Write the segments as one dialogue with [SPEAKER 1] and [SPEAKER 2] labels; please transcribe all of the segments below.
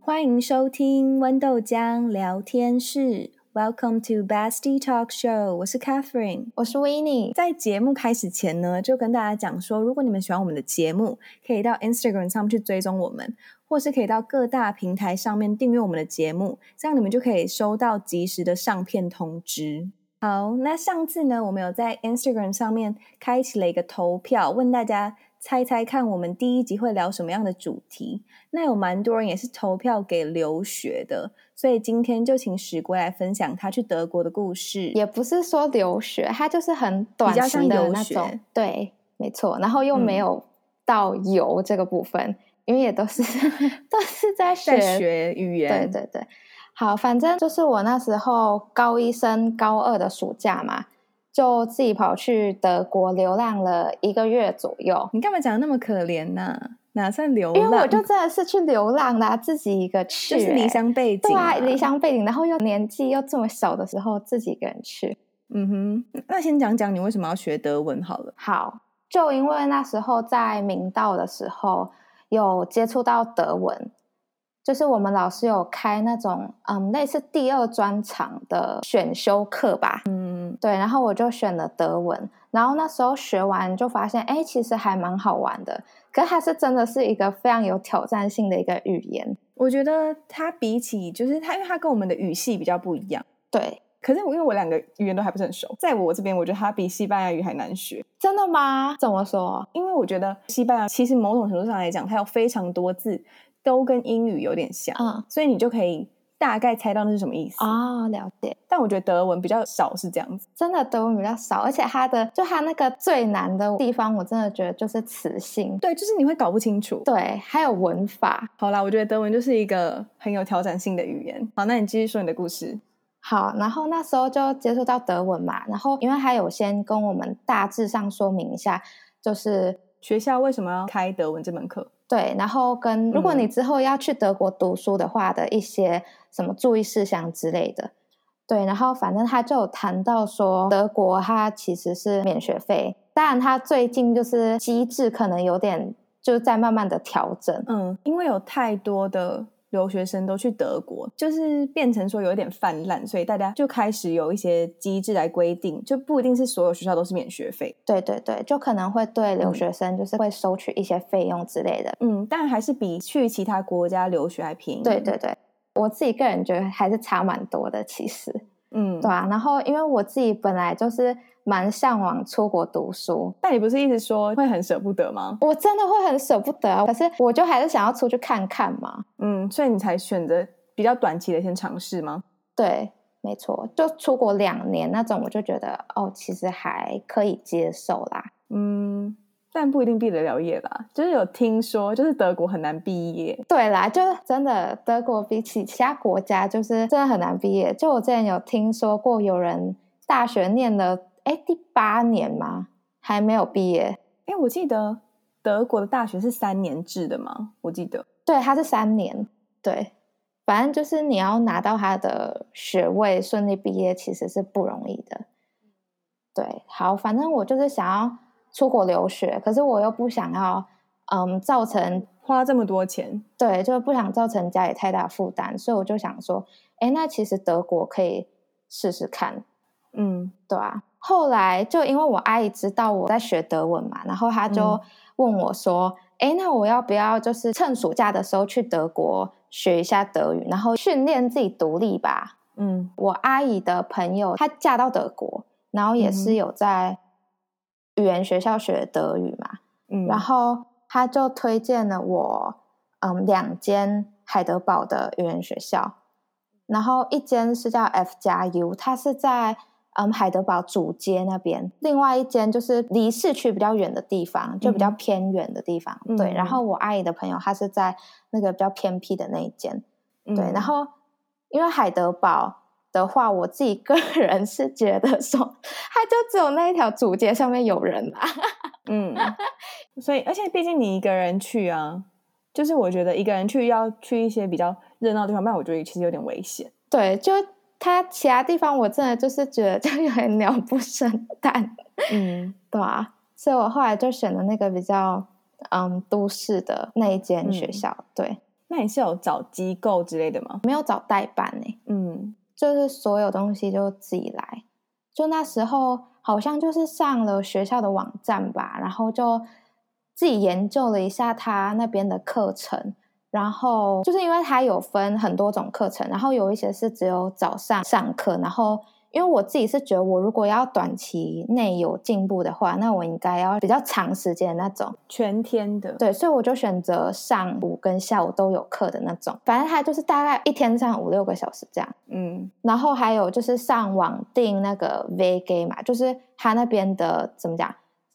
[SPEAKER 1] 欢迎收听温豆浆聊天室。Welcome to Bestie Talk Show，我是 Catherine。
[SPEAKER 2] 我是 w i n n i e
[SPEAKER 1] 在节目开始前呢，就跟大家讲说，如果你们喜欢我们的节目，可以到 Instagram 上面去追踪我们，或是可以到各大平台上面订阅我们的节目，这样你们就可以收到及时的上片通知。好，那上次呢，我们有在 Instagram 上面开启了一个投票，问大家猜猜看，我们第一集会聊什么样的主题？那有蛮多人也是投票给留学的，所以今天就请史龟来分享他去德国的故事。
[SPEAKER 2] 也不是说留学，它就是很短
[SPEAKER 1] 比较像
[SPEAKER 2] 期的
[SPEAKER 1] 游
[SPEAKER 2] 那
[SPEAKER 1] 学
[SPEAKER 2] 种，对，没错。然后又没
[SPEAKER 1] 嗯
[SPEAKER 2] 有到游这个部分，因为也都是都是在学
[SPEAKER 1] 在学语
[SPEAKER 2] 对
[SPEAKER 1] 言，
[SPEAKER 2] 对对，好，反正就是我那时候高一升高二的暑假嘛，就自己跑去德国流浪了一个月左右。
[SPEAKER 1] 你干嘛讲得那么可怜呐、哪算流浪？
[SPEAKER 2] 因为我就真的是去流浪啦、自己一个去、
[SPEAKER 1] 就是
[SPEAKER 2] 欸
[SPEAKER 1] 离乡背
[SPEAKER 2] 对
[SPEAKER 1] 景、
[SPEAKER 2] 啊，离。乡背景，然后又年纪又这么小的时候，自己一个人去，
[SPEAKER 1] 嗯哼，那先讲讲你为什么要学德文好了。
[SPEAKER 2] 好，就因为那时候在明道的时候有接触到德文，就是我们老师有开那种嗯类似第二专场的选修课吧，
[SPEAKER 1] 嗯，
[SPEAKER 2] 对，然后我就选了德文，然后那时候学完就发现，哎，其实还蛮好玩的，可是它是真的是一个非常有挑战性的一个语言，
[SPEAKER 1] 我觉得它比起就是它，因为它跟我们的语系比较不一样。
[SPEAKER 2] 对，
[SPEAKER 1] 可是我因为我两个语言都还不是很熟，在我这边，我觉得它比西班牙语还难学，
[SPEAKER 2] 真的吗？怎么说？
[SPEAKER 1] 因为我觉得西班牙其实某种程度上来讲，它有非常多字都跟英语有点像，
[SPEAKER 2] 嗯，
[SPEAKER 1] 所以你就可以大概猜到那是什么意思。
[SPEAKER 2] 哦，了解。
[SPEAKER 1] 但我觉得德文比较少是这样子，
[SPEAKER 2] 真的德文比较少，而且它的就它那个最难的地方，我真的觉得就是词性，
[SPEAKER 1] 对，就是你会搞不清楚。
[SPEAKER 2] 对，还有文法。
[SPEAKER 1] 好啦，我觉得德文就是一个很有挑战性的语言。好，那你继续说你的故事。
[SPEAKER 2] 好，然后那时候就接触到德文嘛，然后因为他有先跟我们大致上说明一下，就是
[SPEAKER 1] 学校为什么要开德文这门课？
[SPEAKER 2] 对，然后跟如果
[SPEAKER 1] 嗯
[SPEAKER 2] 你之后要去德国读书的话的一些什么注意事项之类的。对，然后反正他就有谈到说，德国它其实是免学费，当然它最近就是机制可能有点就是在慢慢的调整，
[SPEAKER 1] 嗯，因为有太多的留学生都去德国，就是变成说有一点泛滥，所以大家就开始有一些机制来规定，就不一定是所有学校都是免学费。
[SPEAKER 2] 对对对，就可能会对留
[SPEAKER 1] 嗯
[SPEAKER 2] 学生就是会收取一些费用之类的。
[SPEAKER 1] 嗯，但还是比去其他国家留学还便宜。
[SPEAKER 2] 对对，对，我自己个人觉得还是差蛮多的，其实
[SPEAKER 1] 嗯，
[SPEAKER 2] 对啊。然后因为我自己本来就是蛮向往出国读书，
[SPEAKER 1] 但你不是一直说会很舍不得吗？
[SPEAKER 2] 我真的会很舍不得啊，可是我就还是想要出去看看嘛。
[SPEAKER 1] 嗯，所以你才选择比较短期的先尝试吗？
[SPEAKER 2] 对，没错，就出国两年那种，我就觉得哦，其实还可以接受啦。
[SPEAKER 1] 嗯，但不一定毕得了业啦。就是有听说，就是德国很难毕业。
[SPEAKER 2] 对啦，就是真的，德国比起其他国家，就是真的很难毕业。就我之前有听说过，有人大学念了哎第八年嘛，还没有毕业。
[SPEAKER 1] 哎，我记得德国的大学是三年制的嘛，我记得。
[SPEAKER 2] 对，他是三年。对，反正就是你要拿到他的学位，顺利毕业，其实是不容易的。对，好，反正我就是想要出国留学，可是我又不想要，嗯，造成
[SPEAKER 1] 花这么多钱，
[SPEAKER 2] 对，就不想造成家里太大负担，所以我就想说，哎，那其实德国可以试试看，
[SPEAKER 1] 嗯，
[SPEAKER 2] 对啊。后来就因为我阿姨知道我在学德文嘛，然后她就
[SPEAKER 1] 嗯
[SPEAKER 2] 问我说：“哎、那我要不要就是趁暑假的时候去德国学一下德语，然后训练自己独立吧？”
[SPEAKER 1] 嗯，
[SPEAKER 2] 我阿姨的朋友她嫁到德国，然后也
[SPEAKER 1] 嗯
[SPEAKER 2] 是有在语言学校学德语嘛，
[SPEAKER 1] 嗯，
[SPEAKER 2] 然后他就推荐了我，嗯，两间海德堡的语言学校，然后一间是叫 F 加 U，它是在嗯海德堡主街那边，另外一间就是离市区比较远的地方，就比较
[SPEAKER 1] 嗯
[SPEAKER 2] 偏远的地方。对，然
[SPEAKER 1] 嗯
[SPEAKER 2] 后我阿姨的朋友她是在那个比较偏僻的那一间，对，然
[SPEAKER 1] 嗯
[SPEAKER 2] 后因为海德堡的话，我自己个人是觉得说， 它就只有那一条主街上面有人啊啦、
[SPEAKER 1] 嗯，所以而且毕竟你一个人去啊，就是我觉得一个人去要去一些比较热闹的地方，不然我觉得其实有点危险。
[SPEAKER 2] 对，就它其他地方我真的就是觉得就 有点鸟不生蛋，
[SPEAKER 1] 嗯
[SPEAKER 2] 对啊？所以我后来就选了那个比较嗯都市的那一间
[SPEAKER 1] 嗯
[SPEAKER 2] 学校，对。
[SPEAKER 1] 那你是有找机构之类的吗？
[SPEAKER 2] 没有找代办欸呢、
[SPEAKER 1] 嗯，
[SPEAKER 2] 就是所有东西就自己来。就那时候好像就是上了学校的网站吧，然后就自己研究了一下他那边的课程，然后就是因为他有分很多种课程，然后有一些是只有早上上课，然后因为我自己是觉得我如果要短期内有进步的话，那我应该要比较长时间的那种。
[SPEAKER 1] 全天的，
[SPEAKER 2] 对，所以我就选择上午跟下午都有课的那种，反正他就是大概一天上五六个小时这样。
[SPEAKER 1] 嗯，
[SPEAKER 2] 然后还有就是上网订那个 VG 嘛，就是他那边的怎么讲，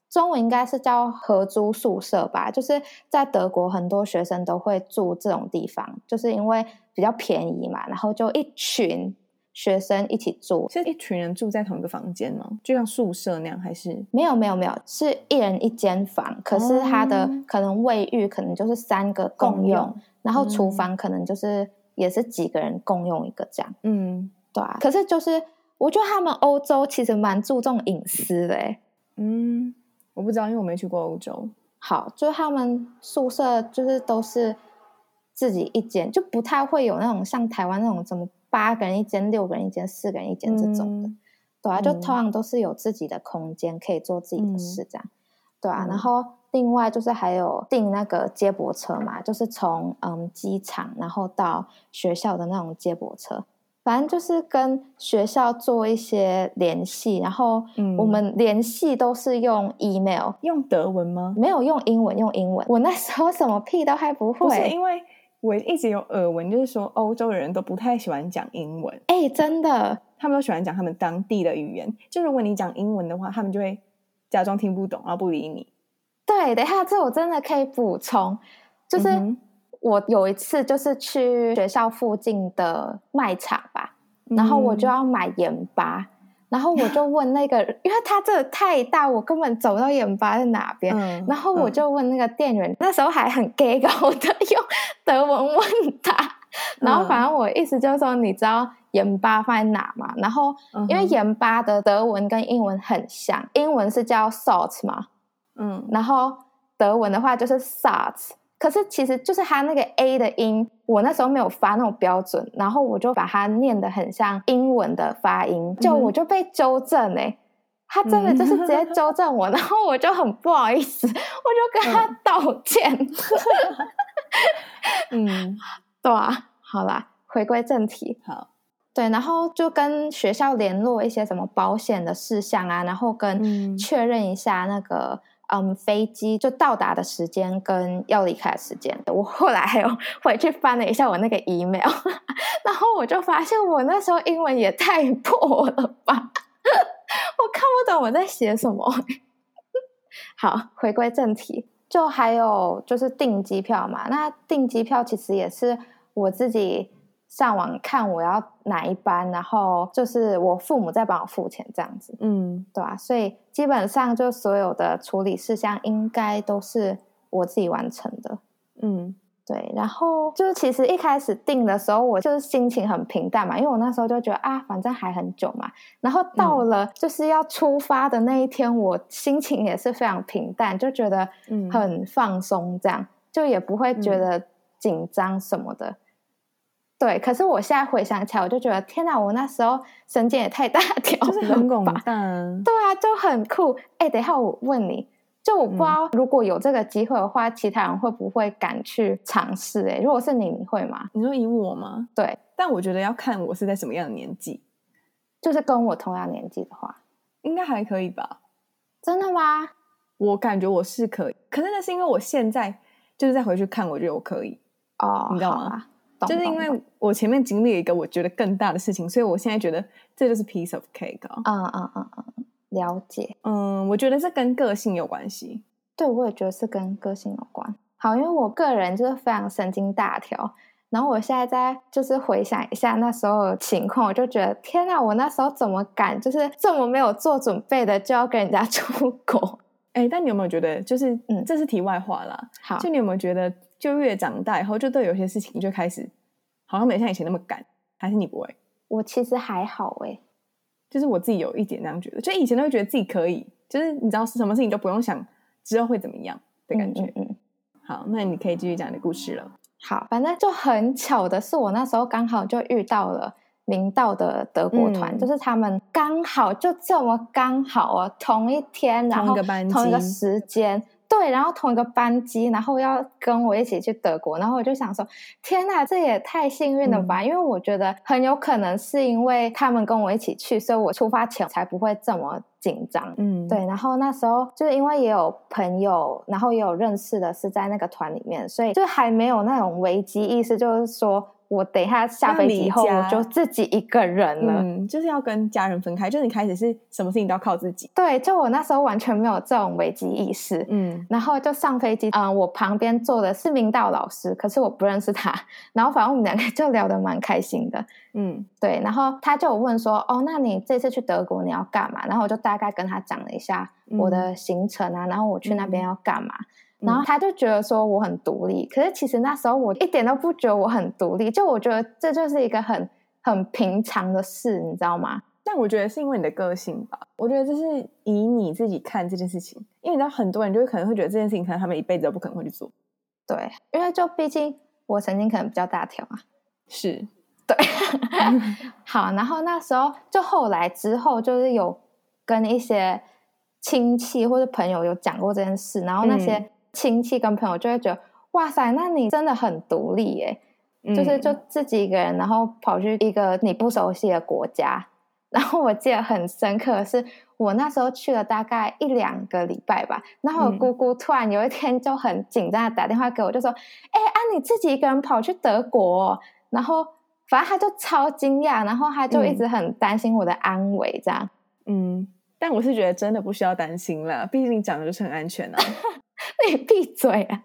[SPEAKER 2] 中文应该是叫合租宿舍吧，就是在德国很多学生都会住这种地方，就是因为比较便宜嘛，然后就一群学生一起住。
[SPEAKER 1] 是一群人住在同一个房间吗？就像宿舍那样，还是
[SPEAKER 2] 没有没有没有，是一人一间房，可是他的、
[SPEAKER 1] 哦
[SPEAKER 2] 可能卫浴可能就是三个共用，？然后厨
[SPEAKER 1] 嗯
[SPEAKER 2] 房可能就是、也是几个人共用一个这样。
[SPEAKER 1] 嗯
[SPEAKER 2] 对啊，可是就是我觉得他们欧洲其实蛮注重隐私的、欸。
[SPEAKER 1] 嗯，我不知道，因为我没去过欧洲。
[SPEAKER 2] 好，就是他们宿舍就是都是自己一间，就不太会有那种像台湾那种什么八个人一间、六个人一间、四个人一间这种的。
[SPEAKER 1] 嗯
[SPEAKER 2] 对啊，就
[SPEAKER 1] 嗯
[SPEAKER 2] 通常都是有自己的空间，可以做自己的事这样。对啊，
[SPEAKER 1] 嗯
[SPEAKER 2] 然后另外就是还有订那个接驳车嘛，就是从嗯机场然后到学校的那种接驳车，反正就是跟学校做一些联系，然后
[SPEAKER 1] 嗯
[SPEAKER 2] 我们联系都是用 email，、
[SPEAKER 1] 用德文吗？
[SPEAKER 2] 没有用英文，用英文。我那时候什么屁都还不
[SPEAKER 1] 不是，
[SPEAKER 2] 会，
[SPEAKER 1] 因为我一直有耳闻，就是说欧洲的人都不太喜欢讲英文，
[SPEAKER 2] 哎、真的，
[SPEAKER 1] 他们都喜欢讲他们当地的语言。就如果你讲英文的话，他们就会假装听不懂，然后不理你。
[SPEAKER 2] 对，等一下这我真的可以补充，就是。
[SPEAKER 1] 嗯
[SPEAKER 2] 我有一次就是去学校附近的卖场吧，然后我就
[SPEAKER 1] 嗯
[SPEAKER 2] 要买盐巴，然后我就问那个，因为它这太大，我根本找不到盐巴在哪边。
[SPEAKER 1] 嗯
[SPEAKER 2] 然后我就问那个店员，那时候还很 gay 搞的 用德文问他，然后
[SPEAKER 1] 嗯
[SPEAKER 2] 反正我意思就是说，你知道盐巴放在哪嘛？然后因为
[SPEAKER 1] 嗯哼
[SPEAKER 2] 盐巴的德文跟英文很像，英文是叫 salt 嘛，
[SPEAKER 1] 嗯
[SPEAKER 2] 然后德文的话就是 s a r t 可是其实就是它那个 A 的音，我那时候没有发那种标准，然后我就把它念得很像英文的发音，就
[SPEAKER 1] 嗯
[SPEAKER 2] 我就被纠正哎、他真的就是直接纠正我，然后我就很不好意思，我就跟他
[SPEAKER 1] 嗯
[SPEAKER 2] 道歉，
[SPEAKER 1] 嗯，
[SPEAKER 2] 对啊，好啦，回归正题，
[SPEAKER 1] 好，
[SPEAKER 2] 对，然后就跟学校联络一些什么保险的事项啊，然后
[SPEAKER 1] 嗯
[SPEAKER 2] 跟确认一下那个嗯飞机就到达的时间跟要离开的时间。我后来还有回去翻了一下我那个 email，然 后我就发现我那时候英文也太 破了吧，我看不懂我在写什么。好，回归正题，就还有就是订机票嘛。那订机票其实也是我自己上网看我要哪一班，然后就是我父母在帮我付钱这样子，
[SPEAKER 1] 嗯
[SPEAKER 2] 对吧、所以基本上就所有的处理事项应该都是我自己完成的。
[SPEAKER 1] 嗯
[SPEAKER 2] 对，然后就是其实一开始订的时候，我就是心情很平淡嘛，因为我那时候就觉得啊，反正还很久嘛。然后
[SPEAKER 1] 嗯
[SPEAKER 2] 到了就是要出发的那一天，我心情也是非常平淡，就觉得
[SPEAKER 1] 嗯
[SPEAKER 2] 很放松，这样、就也不会觉
[SPEAKER 1] 嗯
[SPEAKER 2] 得紧张什么的。对，可是我现在回想起来，我就觉得天哪，我那时候神经也太大条了吧，
[SPEAKER 1] 就是很拱蛋，
[SPEAKER 2] 对啊，就很酷。哎、等一下我问你，就我不知
[SPEAKER 1] 嗯
[SPEAKER 2] 道如果有这个机会的话，其他人会不会敢去尝试、欸？哎，如果是你，你会吗？
[SPEAKER 1] 你说以我吗？
[SPEAKER 2] 对，
[SPEAKER 1] 但我觉得要看我是在什么样的年纪，
[SPEAKER 2] 就是跟我同样年纪的话，
[SPEAKER 1] 应该还可以吧。
[SPEAKER 2] 真的吗？
[SPEAKER 1] 我感觉我是可以，可是那是因为我现在就是再回去看，我觉得我可以，
[SPEAKER 2] 哦，
[SPEAKER 1] 你知道吗
[SPEAKER 2] 好啦？懂
[SPEAKER 1] 就是
[SPEAKER 2] 懂
[SPEAKER 1] 因
[SPEAKER 2] 懂
[SPEAKER 1] 为我前面经历了一个我觉得更大的事情，所以我现在觉得这就是 piece of cake 啊。
[SPEAKER 2] 嗯嗯嗯嗯，了解。
[SPEAKER 1] 嗯，我觉得这跟个性有关系。
[SPEAKER 2] 对，我也觉得是跟个性有关。好，因为我个人就是非常神经大条，然后我现在在就是回想一下那时候的情况，我就觉得天哪，我那时候怎么敢就是这么没有做准备的就要跟人家出国？
[SPEAKER 1] 哎，但你有没有觉得，就是
[SPEAKER 2] 嗯
[SPEAKER 1] 这是题外话啦，
[SPEAKER 2] 好，
[SPEAKER 1] 就你有没有觉得，就越长大以后，就对有些事情就开始好像没像以前那么赶，还是你不会？
[SPEAKER 2] 我其实还好哎、
[SPEAKER 1] 就是我自己有一点那样觉得，就以前都会觉得自己可以，就是你知道是什么事情都不用想之后会怎么样的感觉。
[SPEAKER 2] 嗯嗯嗯
[SPEAKER 1] 好，那你可以继续讲你的故事了。
[SPEAKER 2] 好，反正就很巧的是，我那时候刚好就遇到了明道的德国团，
[SPEAKER 1] 嗯
[SPEAKER 2] 就是他们刚好就这么刚好哦，同一天，然
[SPEAKER 1] 同一
[SPEAKER 2] 后
[SPEAKER 1] 个班
[SPEAKER 2] 同一个
[SPEAKER 1] 机
[SPEAKER 2] 时间，对，然后同一个班机，然后要跟我一起去德国，然后我就想说，天呐，这也太幸运了
[SPEAKER 1] 嗯
[SPEAKER 2] 吧！因为我觉得很有可能是因为他们跟我一起去，所以我出发前才不会这么紧张。
[SPEAKER 1] 嗯，
[SPEAKER 2] 对，然后那时候就是因为也有朋友，然后也有认识的是在那个团里面，所以就还没有那种危机意识，就是说我等一下
[SPEAKER 1] 要
[SPEAKER 2] 下飞
[SPEAKER 1] 离
[SPEAKER 2] 机后我
[SPEAKER 1] 家
[SPEAKER 2] 就自己一个人了。
[SPEAKER 1] 嗯，就是要跟家人分开，就是你开始是什么事情都要靠自己，
[SPEAKER 2] 对，就我那时候完全没有这种危机意识。
[SPEAKER 1] 嗯，
[SPEAKER 2] 然后就上飞机，嗯，我旁边坐的是明道老师，可是我不认识他。然后反正我们两个就聊得蛮开心的，
[SPEAKER 1] 嗯，
[SPEAKER 2] 对。然后他就有问说，哦，那你这次去德国你要干嘛？然后我就大概跟他讲了一下我的行程啊，然后我去那边要干嘛。
[SPEAKER 1] 嗯
[SPEAKER 2] 然后他就觉得说我很独立，可是其实那时候我一点都不觉得我很独立，就我觉得这就是一个很很平常的事，你知道吗？
[SPEAKER 1] 但我觉得是因为你的个性吧，我觉得这是以你自己看这件事情，因为你知道很多人就会可能会觉得这件事情可能他们一辈子都不可能会去做，
[SPEAKER 2] 对，因为就毕竟我曾经可能比较大条啊，
[SPEAKER 1] 是，
[SPEAKER 2] 好，然后那时候就后来之后就是有跟一些亲戚或者朋友有讲过这件事，然后那
[SPEAKER 1] 嗯
[SPEAKER 2] 些亲戚跟朋友就会觉得，哇塞，那你真的很独立耶，
[SPEAKER 1] 嗯
[SPEAKER 2] 就是就自己一个人，然后跑去一个你不熟悉的国家。然后我记得很深刻的是，我那时候去了大概一两个礼拜吧，然后我
[SPEAKER 1] 嗯
[SPEAKER 2] 姑姑突然有一天就很紧张的打电话给我，就说：“哎、啊，你自己一个人跑去德国哦、然后反正他就超惊讶，然后他就一直很担心我的安危，这样。
[SPEAKER 1] 嗯，但我是觉得真的不需要担心啦，毕竟你讲的就是很安 全啊，
[SPEAKER 2] 你闭嘴啊！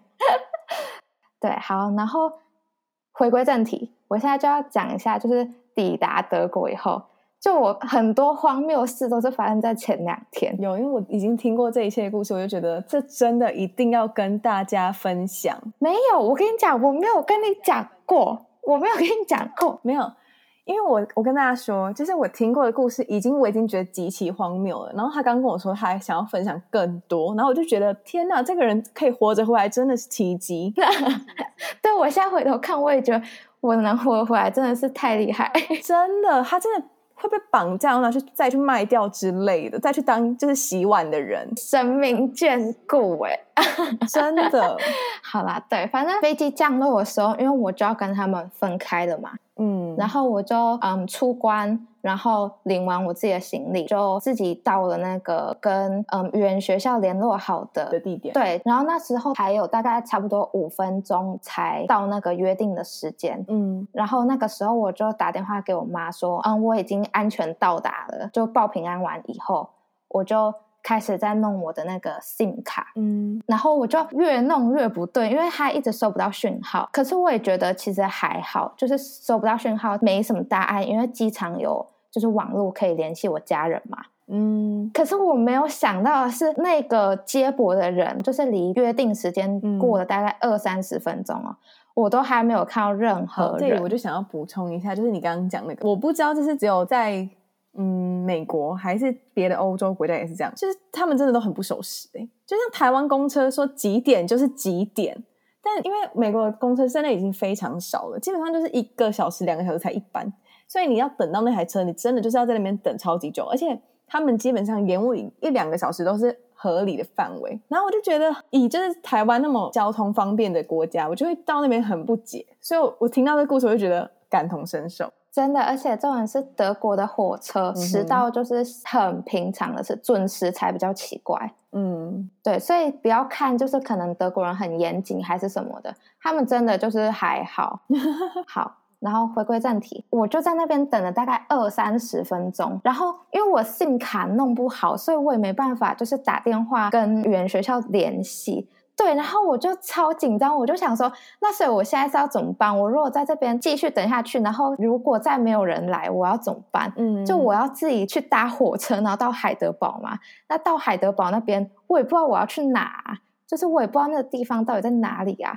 [SPEAKER 2] 对，好，然后回归正题，我现在就要讲一下，就是抵达德国以后，就我很多荒谬的事都是发生在前两天。
[SPEAKER 1] 有，因为我已经听过这一切的故事，我就觉得这真的一定要跟大家分享。
[SPEAKER 2] 没有，我跟你讲，我没有跟你讲过，我没有跟你讲过。
[SPEAKER 1] 没有，因为我我跟大家说，就是我听过的故事，已经我已经觉得极其荒谬了。然后他刚跟我说，他还想要分享更多，然后我就觉得天哪，这个人可以活着回来，真的是奇迹。
[SPEAKER 2] 对我现在回头看，我也觉得我能活回来真的是太厉害。，
[SPEAKER 1] 真的，他真的会被绑架，然后拿去再去卖掉之类的，再去当就是洗碗的人
[SPEAKER 2] 神明眷顾哎、
[SPEAKER 1] 真的，
[SPEAKER 2] 好啦，对，反正飞机降落的时候，因为我就要跟他们分开了嘛，
[SPEAKER 1] 嗯，
[SPEAKER 2] 然后我就嗯出关，然后领完我自己的行李，就自己到了那个跟嗯语言学校联络好
[SPEAKER 1] 的
[SPEAKER 2] 的。
[SPEAKER 1] 地点，
[SPEAKER 2] 对，然后那时候还有大概差不多五分钟才到那个约定的时间，
[SPEAKER 1] 嗯
[SPEAKER 2] 然后那个时候我就打电话给我妈说，嗯，我已经安全到达了，就报平安完以后，我就开始在弄我的那个 SIM 卡，
[SPEAKER 1] 嗯
[SPEAKER 2] 然后我就越弄越不对，因为它一直收不到讯号。可是我也觉得其实还好，就是收不到讯号没什么大碍，因为机场有就是网络可以联系我家人嘛。
[SPEAKER 1] 嗯，
[SPEAKER 2] 可是我没有想到的是，那个接驳的人就是离约定时间
[SPEAKER 1] 嗯
[SPEAKER 2] 过了大概二三十分钟哦，我都还没有看到任
[SPEAKER 1] 好，
[SPEAKER 2] 何
[SPEAKER 1] 哦这里
[SPEAKER 2] 人
[SPEAKER 1] 我。就想要补充一下，就是你刚刚讲那个，我不知道这是只有在嗯美国还是别的欧洲国家也是这样，就是他们真的都很不守时、欸，就像台湾公车说几点就是几点。但因为美国的公车真的已经非常少了，基本上就是一个小时、两个小时才一班，所以你要等到那台车，你真的就是要在那边等超级久，而且他们基本上延误一一两个小时都是合理的范围。然后我就觉得，以就是台湾那么交通方便的国家，我就会到那边很不解，所以我我听到这故事，我就觉得感同身受。
[SPEAKER 2] 真的，而且重点是德国的火车
[SPEAKER 1] 嗯哼
[SPEAKER 2] 迟到就是很平常的事，准时才比较奇怪。
[SPEAKER 1] 嗯，
[SPEAKER 2] 对，所以不要看，就是可能德国人很严谨还是什么的，他们真的就是还好。好，然后回归正题，我就在那边等了大概二三十分钟，然后因为我 SIM 卡弄不好，所以我也没办法就是打电话跟语言学校联系。对，然后我就超紧张，我就想说，那所以我现在是要怎么办？我如果在这边继续等下去，然后如果再没有人来，我要怎么办？
[SPEAKER 1] 嗯
[SPEAKER 2] 就我要自己去搭火车，然后到海德堡嘛。那到海德堡那边，我也不知道我要去哪啊、就是我也不知道那个地方到底在哪里啊。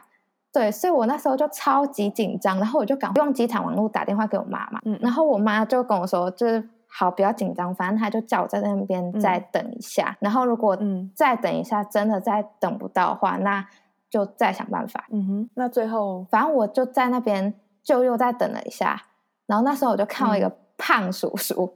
[SPEAKER 2] 对，所以我那时候就超级紧张，然后我就赶快用机场网络打电话给我妈妈，
[SPEAKER 1] 嗯
[SPEAKER 2] 然后我妈就跟我说，就是好，不要紧张，反正她就叫我在那边再等一下，然后如果
[SPEAKER 1] 嗯
[SPEAKER 2] 再等一下真的再等不到的话，那就再想办法。
[SPEAKER 1] 嗯哼，那最后
[SPEAKER 2] 反正我就在那边就又再等了一下，然后那时候我就看到一个胖叔叔，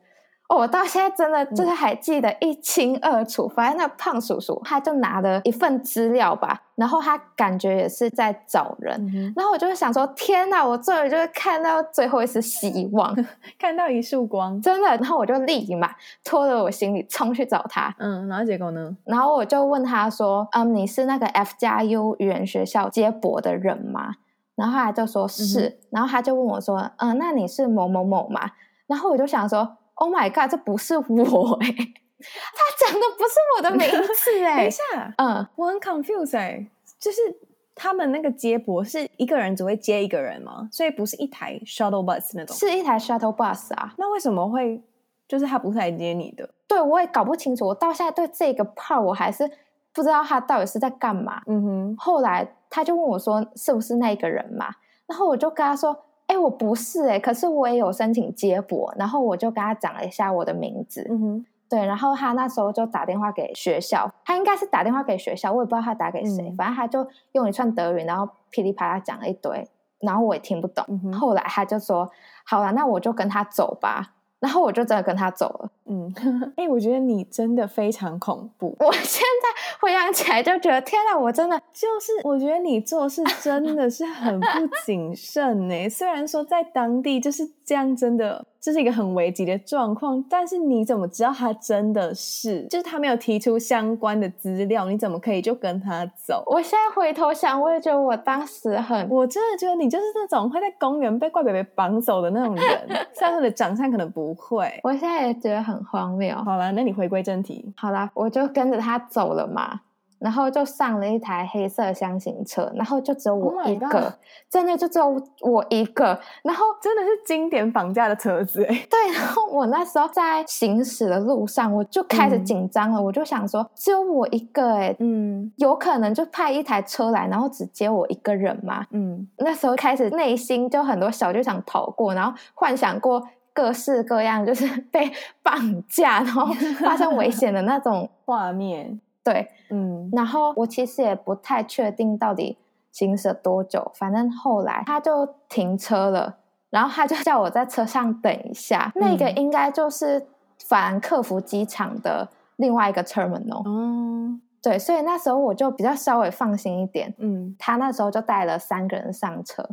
[SPEAKER 2] 哦，我到现在真的就是还记得一清二楚。反正那胖叔叔他就拿了一份资料吧，然后他感觉也是在找人。
[SPEAKER 1] 嗯哼，
[SPEAKER 2] 然后我就会想说，天哪！我终于就是看到最后一丝希望，
[SPEAKER 1] 看到一束光，
[SPEAKER 2] 真的。然后我就立马拖着我行李冲去找他，
[SPEAKER 1] 嗯，然后结果呢？
[SPEAKER 2] 然后我就问他说：“嗯，你是那个 F 加 U 语言学校接驳的人吗？”然后他就说是，然后他就问我说：“嗯，那你是某某某吗？”然后我就想说：“Oh my god，这不是我哎、他讲的不是我的名字
[SPEAKER 1] 等
[SPEAKER 2] 哎、
[SPEAKER 1] 一下，
[SPEAKER 2] 嗯，
[SPEAKER 1] 我很 confused 哎、就是他们那个接驳是一个人只会接一个人吗？所以不是一台 shuttle bus 那种？
[SPEAKER 2] 是一台 shuttle bus 啊。
[SPEAKER 1] 那为什么会就是他不是来接你的？
[SPEAKER 2] 对，我也搞不清楚，我到现在对这个 part 我还是不知道他到底是在干嘛。
[SPEAKER 1] 嗯哼，
[SPEAKER 2] 后来他就问我说：“是不是那个人嘛？”然后我就跟他说：“哎、我不是哎、可是我也有申请接驳。”然后我就跟他讲了一下我的名字，
[SPEAKER 1] 嗯哼，
[SPEAKER 2] 对。然后他那时候就打电话给学校，他应该是打电话给学校，我也不知道他打给谁，
[SPEAKER 1] 嗯
[SPEAKER 2] 反正他就用一串德语，然后噼里啪啦讲了一堆，然后我也听不懂。
[SPEAKER 1] 嗯哼，
[SPEAKER 2] 后来他就说：“好了，那我就跟他走吧。” 然后我就真的跟他走了。
[SPEAKER 1] 嗯，哎、我觉得你真的非常恐怖，
[SPEAKER 2] 我现在回想起来就觉得，天哪，我真的
[SPEAKER 1] 就是我觉得你做事真的是很 不谨慎呢、虽然说在当地就是这样，真的这是一个很危急的状况，但是你怎么知道他真的是？就是他没有提出相关的资料，你怎么可以就跟他走？
[SPEAKER 2] 我现在回头想，我也觉得我当时很
[SPEAKER 1] 我真的觉得你就是那种会在公园被怪北北绑走的那种 人，虽然说你的长相可能不会。
[SPEAKER 2] 我现在也觉得很荒谬。
[SPEAKER 1] 好了，那你回归正题，
[SPEAKER 2] 好啦，我就跟着他走了嘛，然后就上了一台黑色箱型车，然后就只有
[SPEAKER 1] Oh
[SPEAKER 2] 我
[SPEAKER 1] my
[SPEAKER 2] 一个
[SPEAKER 1] God
[SPEAKER 2] 真的就只有我一个。然后
[SPEAKER 1] 真的是经典绑架的车子哎、
[SPEAKER 2] 对，然后我那时候在行驶的路上，我就开始
[SPEAKER 1] 嗯
[SPEAKER 2] 紧张了，我就想说，只有我一个、欸，
[SPEAKER 1] 嗯
[SPEAKER 2] 有可能就派一台车来，然后只接我一个人吗？
[SPEAKER 1] 嗯，
[SPEAKER 2] 那时候开始内心就很多小剧场跑过，然后幻想过各式各样，就是 被绑架，然后发生危险的那种。
[SPEAKER 1] 画面，
[SPEAKER 2] 对，
[SPEAKER 1] 嗯
[SPEAKER 2] 然后我其实也不太确定到底行驶了多久，反正后来他就停车了，然后他就叫我在车上等一下。那个
[SPEAKER 1] 嗯
[SPEAKER 2] 应该就是法兰克福机场的另外一个 terminal，、
[SPEAKER 1] 哦
[SPEAKER 2] 对，所以那时候我就比较稍微放心一点。
[SPEAKER 1] 嗯
[SPEAKER 2] 他那时候就带了三个人上车，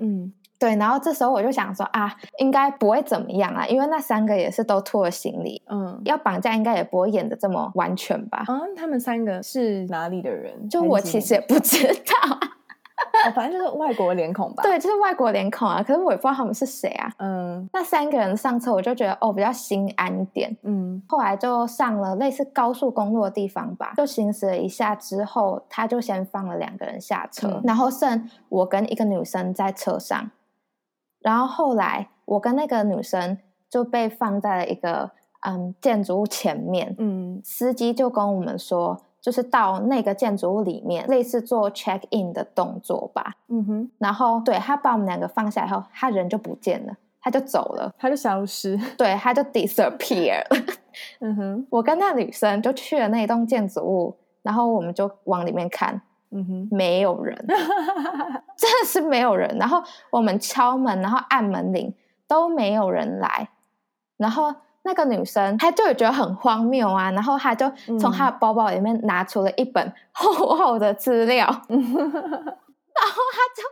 [SPEAKER 1] 嗯。
[SPEAKER 2] 对，然后这时候我就想说啊，应该不会怎么样啊，因为那三个也是都拖了行李，
[SPEAKER 1] 嗯，
[SPEAKER 2] 要绑架应该也不会演的这么完全吧？
[SPEAKER 1] 啊，他们三个是哪里的人？
[SPEAKER 2] 就
[SPEAKER 1] 还是
[SPEAKER 2] 我
[SPEAKER 1] 几
[SPEAKER 2] 其
[SPEAKER 1] 年
[SPEAKER 2] 实也不知道，
[SPEAKER 1] 哦，反正就是外国脸孔吧。，
[SPEAKER 2] 对，就是外国脸孔啊，可是我也不知道他们是谁啊。
[SPEAKER 1] 嗯
[SPEAKER 2] 那三个人上车，我就觉得哦，比较心安一点。
[SPEAKER 1] 嗯
[SPEAKER 2] 后来就上了类似高速公路的地方吧，就行驶了一下之后，他就先放了两个人下车，
[SPEAKER 1] 嗯
[SPEAKER 2] 然后剩我跟一个女生在车上，然后后来我跟那个女生就被放在了一个嗯建筑物前面，
[SPEAKER 1] 嗯
[SPEAKER 2] 司机就跟我们说，就是到那个建筑物里面，类似做 check in 的动作吧，
[SPEAKER 1] 嗯哼，
[SPEAKER 2] 然后对他把我们两个放下以后，他人就不见了，他就走了，
[SPEAKER 1] 他就消失。
[SPEAKER 2] 对，他就 disappear 了。
[SPEAKER 1] 嗯哼
[SPEAKER 2] 我跟那女生就去了那一栋建筑物，然后我们就往里面看，
[SPEAKER 1] 嗯哼，
[SPEAKER 2] 没有人，真的是没有人。然后我们敲门，然后按门铃，都没有人来。然后那个女生她就也觉得很荒谬啊，然后她就从她的包包里面拿出了一本厚厚的资料，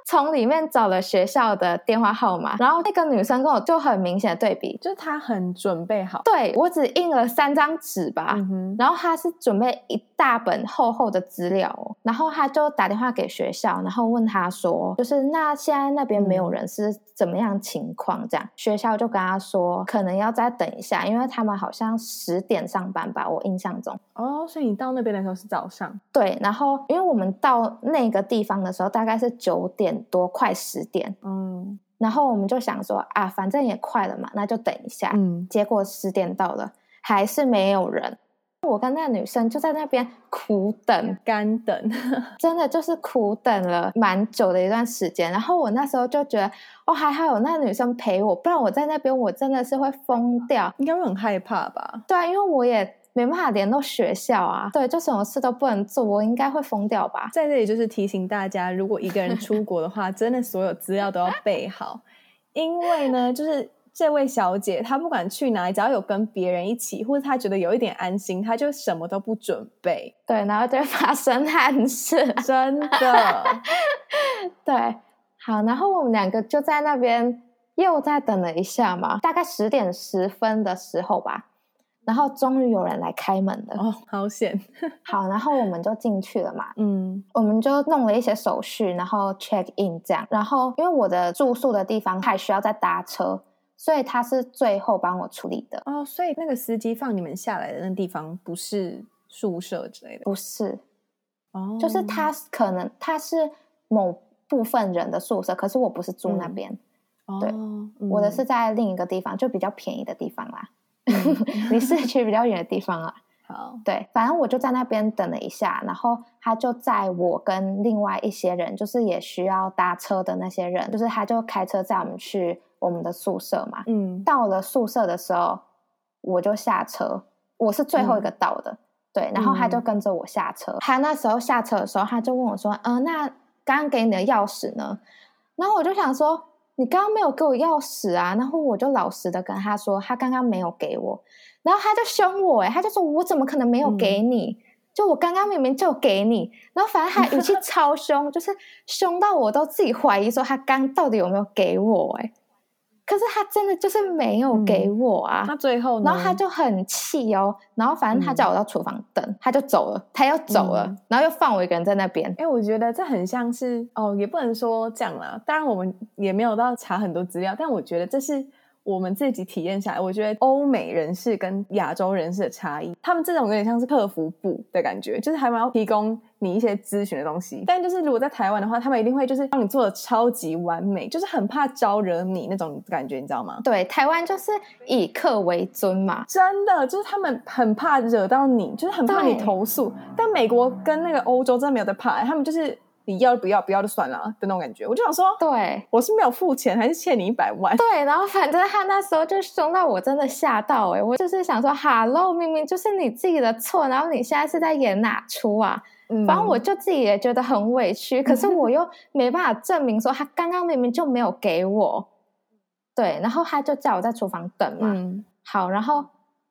[SPEAKER 2] 从里面找了学校的电话号码。然后那个女生跟我就很明显的对比，
[SPEAKER 1] 就是他很准备好。
[SPEAKER 2] 对啊我只印了三张纸吧，
[SPEAKER 1] 嗯哼，
[SPEAKER 2] 然后他是准备一大本厚厚的资料、哦，然后他就打电话给学校，然后问他说，就是那现在那边没有人是怎么样情况？这样、学校就跟他说，可能要再等一下，因为他们好像十点上班吧，我印象中。
[SPEAKER 1] 哦，所以你到那边的时候是早上。
[SPEAKER 2] 对，然后因为我们到那个地方的时候大概是九点多，快十点，
[SPEAKER 1] 嗯
[SPEAKER 2] 然后我们就想说啊，反正也快了嘛，那就等一下。
[SPEAKER 1] 嗯，
[SPEAKER 2] 结果十点到了，还是没有人。我跟那女生就在那边苦等，
[SPEAKER 1] 干等。
[SPEAKER 2] 真的就是苦等了蛮久的一段时间。然后我那时候就觉得，哦，还好有那女生陪我，不然我在那边我真的是会疯掉。
[SPEAKER 1] 应该会很害怕吧？
[SPEAKER 2] 对啊，因为我也没办法联络学校啊，对，就什么事都不能做，我应该会疯掉吧？
[SPEAKER 1] 在这里就是提醒大家，如果一个人出国的话，真的所有资料都要备好，因为呢，就是这位小姐她不管去哪里，只要有跟别人一起，或者她觉得有一点安心，她就什么都不准备，
[SPEAKER 2] 对，然后就会发生憾事。
[SPEAKER 1] 真 的。
[SPEAKER 2] 对，好，然后我们两个就在那边又再等了一下嘛，大概十点十分的时候吧，然后终于有人来开门了。
[SPEAKER 1] 哦，好险，
[SPEAKER 2] 好，然后我们就进去了嘛，
[SPEAKER 1] 嗯
[SPEAKER 2] 我们就弄了一些手续，然后 check in 这样。然后因为我的住宿的地方还需要再搭车，所以他是最后帮我处理的，
[SPEAKER 1] 哦，所以那个司机放你们下来的那地方不是宿舍之类的，
[SPEAKER 2] 不是，
[SPEAKER 1] 哦，
[SPEAKER 2] 就是他是可能他是某部分人的宿舍，可是我不是住那
[SPEAKER 1] 嗯
[SPEAKER 2] 边，
[SPEAKER 1] 哦，
[SPEAKER 2] 对
[SPEAKER 1] 嗯
[SPEAKER 2] 我的是在另一个地方，就比较便宜的地方啦。
[SPEAKER 1] 嗯
[SPEAKER 2] 离市区比较远的地方啊，
[SPEAKER 1] 好，
[SPEAKER 2] 对，反正我就在那边等了一下，然后他就载我跟另外一些人，就是也需要搭车的那些人，就是他就开车载我们去我们的宿舍嘛。
[SPEAKER 1] 嗯，
[SPEAKER 2] 到了宿舍的时候，我就下车，我是最后一个到的，对，然后他就
[SPEAKER 1] 嗯
[SPEAKER 2] 跟着我下车。他那时候下车的时候，他就问我说：“嗯、那刚刚给你的钥匙呢？”然后我就想说：“你刚刚没有给我钥匙啊！”然后我就老实的跟他说：“他刚刚没有给我。”然后他就凶我、欸，他就说：“我怎么可能没有给你？”就我刚刚明明就给你，然后反正他语 气超凶，就是凶到我都自己怀疑说他刚到底有没有给我哎、欸可是他真的就是没有给
[SPEAKER 1] 嗯
[SPEAKER 2] 我啊，
[SPEAKER 1] 那最后呢？
[SPEAKER 2] 然后他就很气哦，然后反正他
[SPEAKER 1] 嗯
[SPEAKER 2] 叫我到厨房等，他就走了，他要走了，
[SPEAKER 1] 嗯
[SPEAKER 2] 然后又放我一个人在那边。
[SPEAKER 1] 哎、我觉得这很像是哦，也不能说这样啦。当然，我们也没有到查很多资料，但我觉得这是我们自己体验下来，我觉得欧美人士跟亚洲人士的差异，他们这种有点像是客服部的感觉，就是还蛮要提供你一些咨询的东西。但就是如果在台湾的话，他们一定会就是帮你做的超级完美，就是很怕招惹你那种感觉，你知道吗？
[SPEAKER 2] 对，台湾就是以客为尊嘛，
[SPEAKER 1] 真的，就是他们很怕惹到你，就是很怕
[SPEAKER 2] 对
[SPEAKER 1] 你投诉。但美国跟那个欧洲真的没有在怕、他们就是你要不要不要就算了的那种感觉。我就想说，
[SPEAKER 2] 对
[SPEAKER 1] 我是没有付钱，还是欠你一百万？
[SPEAKER 2] 对，然后反正他那时候就凶到我真的吓到哎、我就是想说哈喽，明明就是你自己的错，然后你现在是在演哪出啊？
[SPEAKER 1] 嗯
[SPEAKER 2] 反正我就自己也觉得很委屈，可 是我又没办法证明说他刚刚明明就没有给我。对，然后他就叫我在厨房等嘛，
[SPEAKER 1] 嗯，
[SPEAKER 2] 好，然后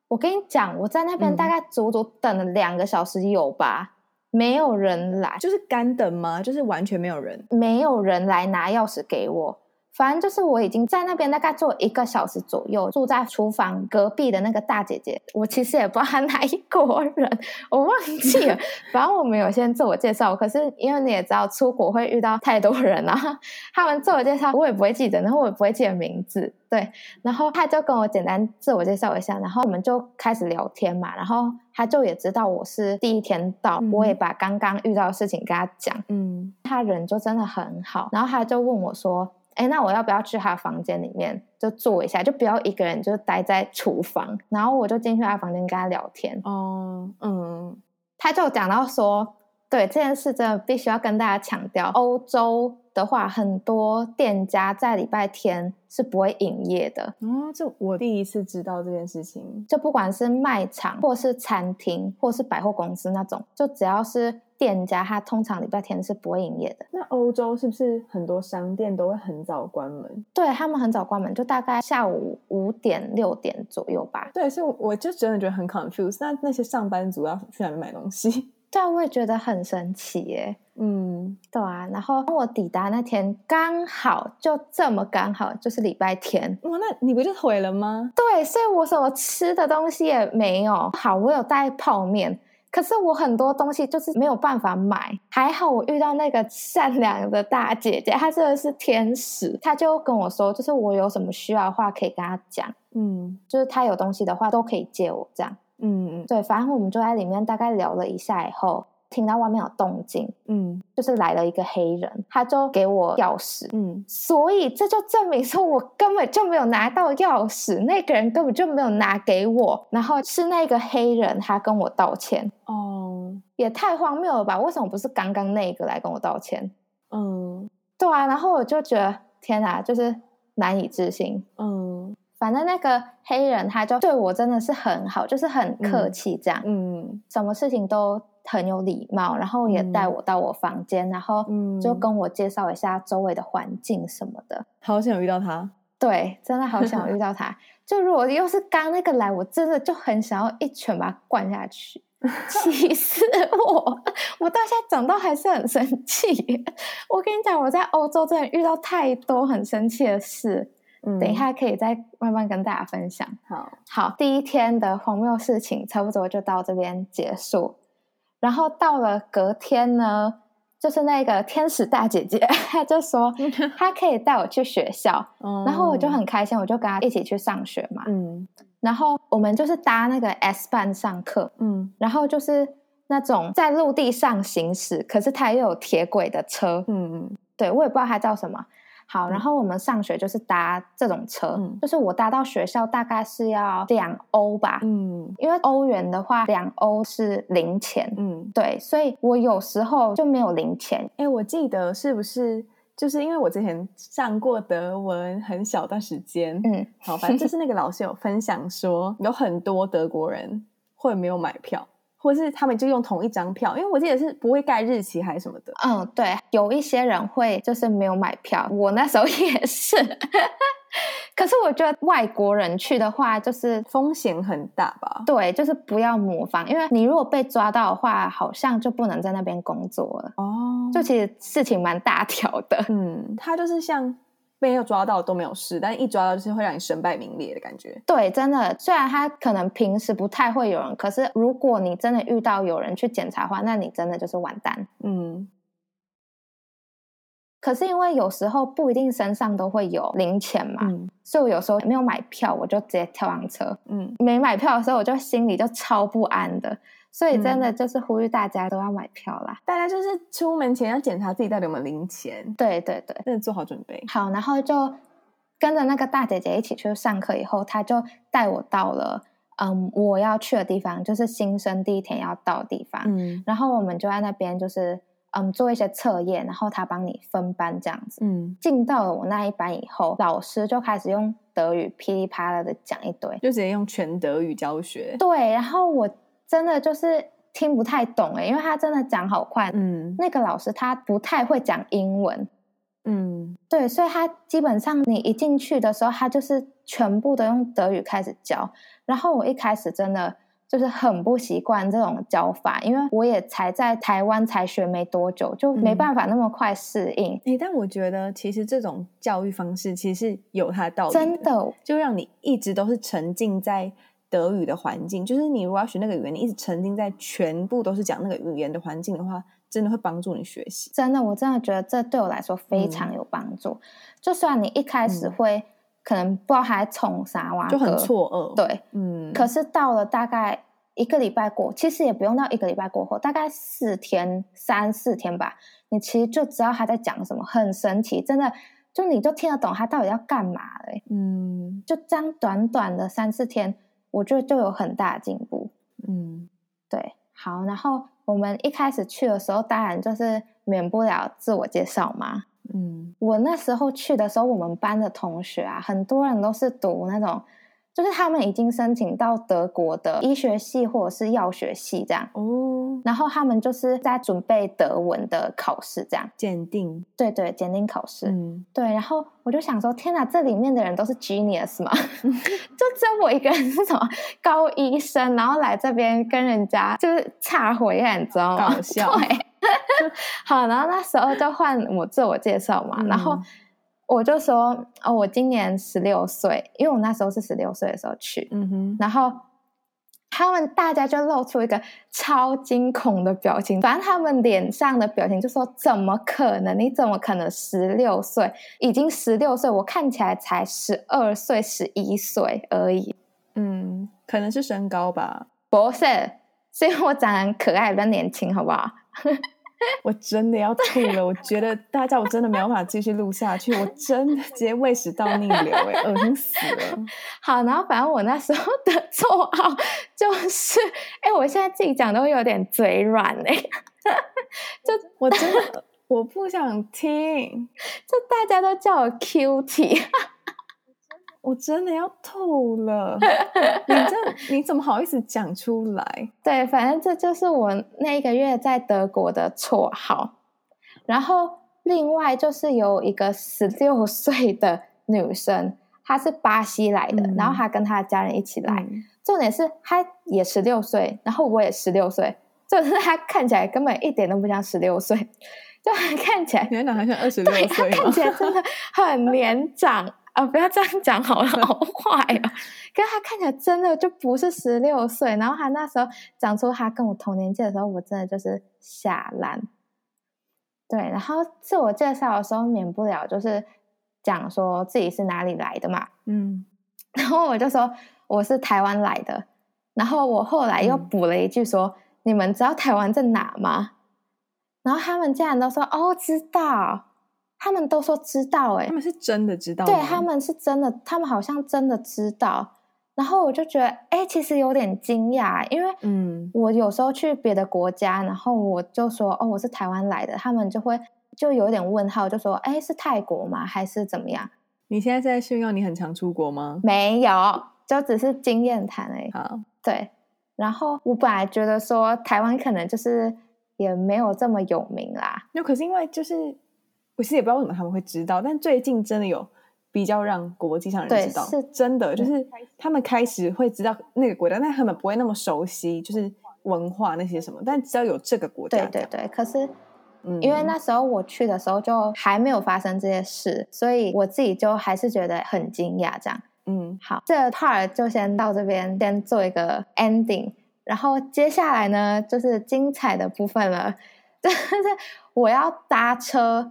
[SPEAKER 2] 我跟你讲，我在那边大
[SPEAKER 1] 嗯
[SPEAKER 2] 概足足等了两个小时有吧，没有人来，
[SPEAKER 1] 就是干等吗？就是完全没有人。
[SPEAKER 2] 没有人来拿钥匙给我。反正就是我已经在那边大概坐一个小时左右，住在厨房隔壁的那个大姐姐，我其实也不知道她哪一国人， 我忘记了。反正我们有先自我介绍，可是因为你也知道出国会遇到太多人啊， 他们自我介绍我也不会记得，然后我也不会记得名字，对。然后他就跟我简单自我介绍一下，然后我们就开始聊天嘛，然后他就也知道我是第一天到，
[SPEAKER 1] 嗯
[SPEAKER 2] 我也把刚刚遇到的事情跟他讲。
[SPEAKER 1] 嗯，
[SPEAKER 2] 他人就真的很好，然后他就问我说：“哎，那我要不要去他房间里面就坐一下，就不要一个人就待在厨房？”然后我就进去他房间跟他聊天，
[SPEAKER 1] 哦，嗯，
[SPEAKER 2] 他就讲到说：“对这件事真的必须要跟大家强调，欧洲的话，很多店家在礼拜天是不会营业的，
[SPEAKER 1] 哦，这我第一次知道这件事情。
[SPEAKER 2] 就不管是卖场或是餐厅或是百货公司那种，就只要是店家，他通常礼拜天是不会营业的。”
[SPEAKER 1] 那欧洲是不是很多商店都会很早关门？
[SPEAKER 2] 对他们很早关门，就大概下午五点六点左右吧。
[SPEAKER 1] 对，所以我就真的觉得很 confused。那那些上班族要去哪里买东西？
[SPEAKER 2] 对啊，我也觉得很神奇耶。
[SPEAKER 1] 嗯，
[SPEAKER 2] 对啊，然后我抵达那天刚好就这么刚好就是礼拜天，
[SPEAKER 1] 哇，那你不就毁了吗？
[SPEAKER 2] 对，所以我什么吃的东西也没有。好，我有带泡面，可是我很多东西就是没有办法买。还好我遇到那个善良的大姐姐，她真的是天使，她就跟我说，就是我有什么需要的话可以跟她讲，
[SPEAKER 1] 嗯
[SPEAKER 2] 就是她有东西的话都可以借我这样。
[SPEAKER 1] 嗯
[SPEAKER 2] 对，反正我们就在里面大概聊了一下以后，听到外面有动静，
[SPEAKER 1] 嗯
[SPEAKER 2] 就是来了一个黑人，他就给我钥匙，
[SPEAKER 1] 嗯
[SPEAKER 2] 所以这就证明说我根本就没有拿到钥匙，那个人根本就没有拿给我，然后是那个黑人他跟我道歉，
[SPEAKER 1] 哦
[SPEAKER 2] 也太荒谬了吧？为什么不是刚刚那个来跟我道歉？
[SPEAKER 1] 嗯
[SPEAKER 2] 对啊，然后我就觉得天啊，就是难以置信。
[SPEAKER 1] 嗯，
[SPEAKER 2] 反正那个黑人他就对我真的是很好，就是很客气这样，
[SPEAKER 1] 嗯
[SPEAKER 2] 什么事情都很有礼貌，然后也带我到我房间，然后
[SPEAKER 1] 嗯
[SPEAKER 2] 就跟我介绍一下周围的环境什么的。
[SPEAKER 1] 好想遇到他，
[SPEAKER 2] 对，真的好想遇 到他。就如果又是刚那个来，我真的就很想要一拳把他灌 下去，气死我！我到现在长到还是很生气。我跟你讲，我在欧洲真的遇到太多很生气的事，
[SPEAKER 1] 嗯
[SPEAKER 2] 等一下可以再慢慢跟大家分享。
[SPEAKER 1] 好，
[SPEAKER 2] 好，第一天的荒谬事情差不多就到这边结束。然后到了隔天呢，就是那个天使大姐 姐，她就说她可以带我去学校，然
[SPEAKER 1] 然
[SPEAKER 2] 后我就很开心，我就跟她一起去上学嘛。
[SPEAKER 1] 哦嗯
[SPEAKER 2] 然后我们就是搭那个 S 班上课，
[SPEAKER 1] 嗯
[SPEAKER 2] 然后就是那种在陆地上行驶，可是它又有铁轨的车，
[SPEAKER 1] 嗯
[SPEAKER 2] 对我也不知道它叫什么。好，然后我们上学就是搭这种车，
[SPEAKER 1] 嗯
[SPEAKER 2] 就是我搭到学校大概是要两欧吧，
[SPEAKER 1] 嗯
[SPEAKER 2] 因为欧元的话，两欧是零钱，
[SPEAKER 1] 嗯，
[SPEAKER 2] 对，所以我有时候就没有零钱。
[SPEAKER 1] 哎，我记得是不是就是因为我之前上过德文很小段时间，
[SPEAKER 2] 嗯，
[SPEAKER 1] 好，反正就是那个老师有分享说，有很多德国人会没有买票，或是他们就用同一张票，因为我记得是不会盖日期还是什么的。
[SPEAKER 2] 嗯，对，有一些人会就是没有买票，我那时候 也是。可是我觉得外国人去的话，就是
[SPEAKER 1] 风险很大吧？
[SPEAKER 2] 对，就是不要模仿，因为你如果被抓到的话，好像就不能在那边工作了。
[SPEAKER 1] 哦
[SPEAKER 2] 就其实事情蛮大条的，
[SPEAKER 1] 嗯，他就是像没有抓到都没有事，但一抓到就是会让你身败名裂的感觉。
[SPEAKER 2] 对，真的，虽然他可能平时不太会有人，可是如果你真的遇到有人去检查的话，那你真的就是完蛋。
[SPEAKER 1] 嗯
[SPEAKER 2] 可是因为有时候不一定身上都会有零钱嘛，
[SPEAKER 1] 嗯
[SPEAKER 2] 所以我有时候没有买票，我就直接跳上车。
[SPEAKER 1] 嗯，
[SPEAKER 2] 没买票的时候，我就心里就超不安的。所以真
[SPEAKER 1] 嗯
[SPEAKER 2] 的就是呼吁大家都要买票啦。
[SPEAKER 1] 大家就是出门前要检查自己到底有没有零钱，
[SPEAKER 2] 对对对，
[SPEAKER 1] 真的做好准备。
[SPEAKER 2] 好，然后就跟着那个大姐姐一起去上课，以后她就带我到了嗯我要去的地方，就是新生第一天要到的地方。
[SPEAKER 1] 嗯
[SPEAKER 2] 然后我们就在那边就是嗯做一些测验，然后她帮你分班这样子。
[SPEAKER 1] 嗯，
[SPEAKER 2] 进到了我那一班以后，老师就开始用德语噼里啪啦的讲一堆，
[SPEAKER 1] 就直接用全德语教学。
[SPEAKER 2] 对，然后我真的就是听不太懂欸诶，因为他真的讲好快。
[SPEAKER 1] 嗯
[SPEAKER 2] 那个老师他不太会讲英文，
[SPEAKER 1] 嗯
[SPEAKER 2] 对，所以他基本上你一进去的时候，他就是全部都用德语开始教。然后我一开始真的就是很不习惯这种教法，因为我也才在台湾才学没多久，就没
[SPEAKER 1] 嗯
[SPEAKER 2] 办法那么快适应。
[SPEAKER 1] 哎、但我觉得其实这种教育方式其实是有它的道理
[SPEAKER 2] 真的，
[SPEAKER 1] 就让你一直都是沉浸在德语的环境。就是你如果要学那个语言，你一直沉浸在全部都是讲那个语言的环境的话，真的会帮助你学习。
[SPEAKER 2] 真的，我真的觉得这对我来说非常有帮助。就算你一开始
[SPEAKER 1] 嗯
[SPEAKER 2] 会、可能不知道他在冲啥哇，
[SPEAKER 1] 就很错愕，，
[SPEAKER 2] 对，
[SPEAKER 1] 嗯，
[SPEAKER 2] 可是到了大概一个礼拜过，其实也不用到一个礼拜过后，大概四天、三四天吧，你其实就知道他在讲什么，很神奇，真的，就你就听得懂他到底要干嘛了欸、
[SPEAKER 1] 嗯
[SPEAKER 2] 就这样短短的三四天，我觉得就有很大的进步。
[SPEAKER 1] 嗯
[SPEAKER 2] 对，好，然后我们一开始去的时候，当然就是免不了自我介绍嘛。
[SPEAKER 1] 嗯
[SPEAKER 2] 我那时候去的时候，我们班的同学啊，很多人都是读那种，就是他们已经申请到德国的医学系或者是药学系这样，
[SPEAKER 1] 哦，
[SPEAKER 2] 然后他们就是在准备德文的考试这样，
[SPEAKER 1] 鉴定，
[SPEAKER 2] 对对，检定考试，
[SPEAKER 1] 嗯
[SPEAKER 2] 对。然后我就想说，天哪，这里面的人都是 genius 吗？ 就只有我一个人是什么高医生，然后来这边跟人家就是差回来，你知道吗？
[SPEAKER 1] 搞笑
[SPEAKER 2] 哦对。好，然后那时候就换我自我介绍嘛，
[SPEAKER 1] 嗯
[SPEAKER 2] 然后我就说，哦，我今年十六岁，因为我那时候是十六岁的时候去，
[SPEAKER 1] 嗯哼，
[SPEAKER 2] 然后他们大家就露出一个超惊恐的表情，反正他们脸上的表情就说：“怎么可能？你怎么可能十六岁？已经十六岁，我看起来才十二岁、十一岁而已。”
[SPEAKER 1] 嗯，可能是身高吧，
[SPEAKER 2] 不是，是因为我长得很可爱，比较年轻，好不好？
[SPEAKER 1] 我真的要吐了，我觉得大家我真的没有办法继续录下去，我真的直接胃食道逆流、欸，哎，恶心死了，
[SPEAKER 2] 好，然后反正我那时候的 绰号就是，哎、我现在自己讲都有点嘴软哎、
[SPEAKER 1] 我真的我不想听。
[SPEAKER 2] 就大家都叫我 Q T，
[SPEAKER 1] 我真的要吐了！你这你怎么好意思讲出来？
[SPEAKER 2] 对，反正这就是我那一个月在德国的绰号。然后另外就是有一个十六 岁的女生，她是巴西来的，
[SPEAKER 1] 嗯
[SPEAKER 2] 然后她跟她的家人一起来。
[SPEAKER 1] 嗯
[SPEAKER 2] 重点是她也十六岁，然后我也十六岁，重点是她看起来根本一点都不像十六岁， 就她看起来
[SPEAKER 1] 你还长得像二十六
[SPEAKER 2] 对他
[SPEAKER 1] 岁
[SPEAKER 2] 看
[SPEAKER 1] 吗
[SPEAKER 2] 起？来真的很年长啊、不要这样讲好了，好坏哦。 可是他看起来真的就不是十六岁，然后他那时候讲出他跟我同年纪的时候，我真的就是下烂。对，然后自我介绍的时候，免不了就是讲说自己是哪里来的嘛，
[SPEAKER 1] 嗯，
[SPEAKER 2] 然后我就说我是台湾来的，然后我后来又
[SPEAKER 1] 嗯
[SPEAKER 2] 补了一句说：“你们知道台湾在哪吗？”然后他们竟然都说：“哦，知道。”他们都说知道、欸，
[SPEAKER 1] 他们是真的知道吗，
[SPEAKER 2] 对他们是真的，他们好像真的知道。然后我就觉得，哎、其实有点惊讶，因为
[SPEAKER 1] 嗯
[SPEAKER 2] 我有时候去别的国家，然后我就说哦，我是台湾来的，他们就会就有点问号，就说哎、是泰国吗？还是怎么样？
[SPEAKER 1] 你现在是在炫耀你很常出国吗？
[SPEAKER 2] 没有，就只是经验谈而已。
[SPEAKER 1] 好，
[SPEAKER 2] 对，然后我本来觉得说台湾可能就是也没有这么有名啦，
[SPEAKER 1] 那可是因为就是，我其实也不知道为什么他们会知道，但最近真的有比较让国际上的人
[SPEAKER 2] 对
[SPEAKER 1] 知道，
[SPEAKER 2] 是
[SPEAKER 1] 真的就是嗯他们开始会知道那个国家，但他们不会那么熟悉，就是文化那些什么，但只要有这个国
[SPEAKER 2] 对
[SPEAKER 1] 家，
[SPEAKER 2] 对，对。可是
[SPEAKER 1] 嗯，
[SPEAKER 2] 因为那时候我去的时候就还没有发生这些事，所以我自己就还是觉得很惊讶。这样，
[SPEAKER 1] 嗯
[SPEAKER 2] 好，这个 part 就先到这边，先做一个 ending。然后接下来呢，就是精彩的部分了， 就是我要搭车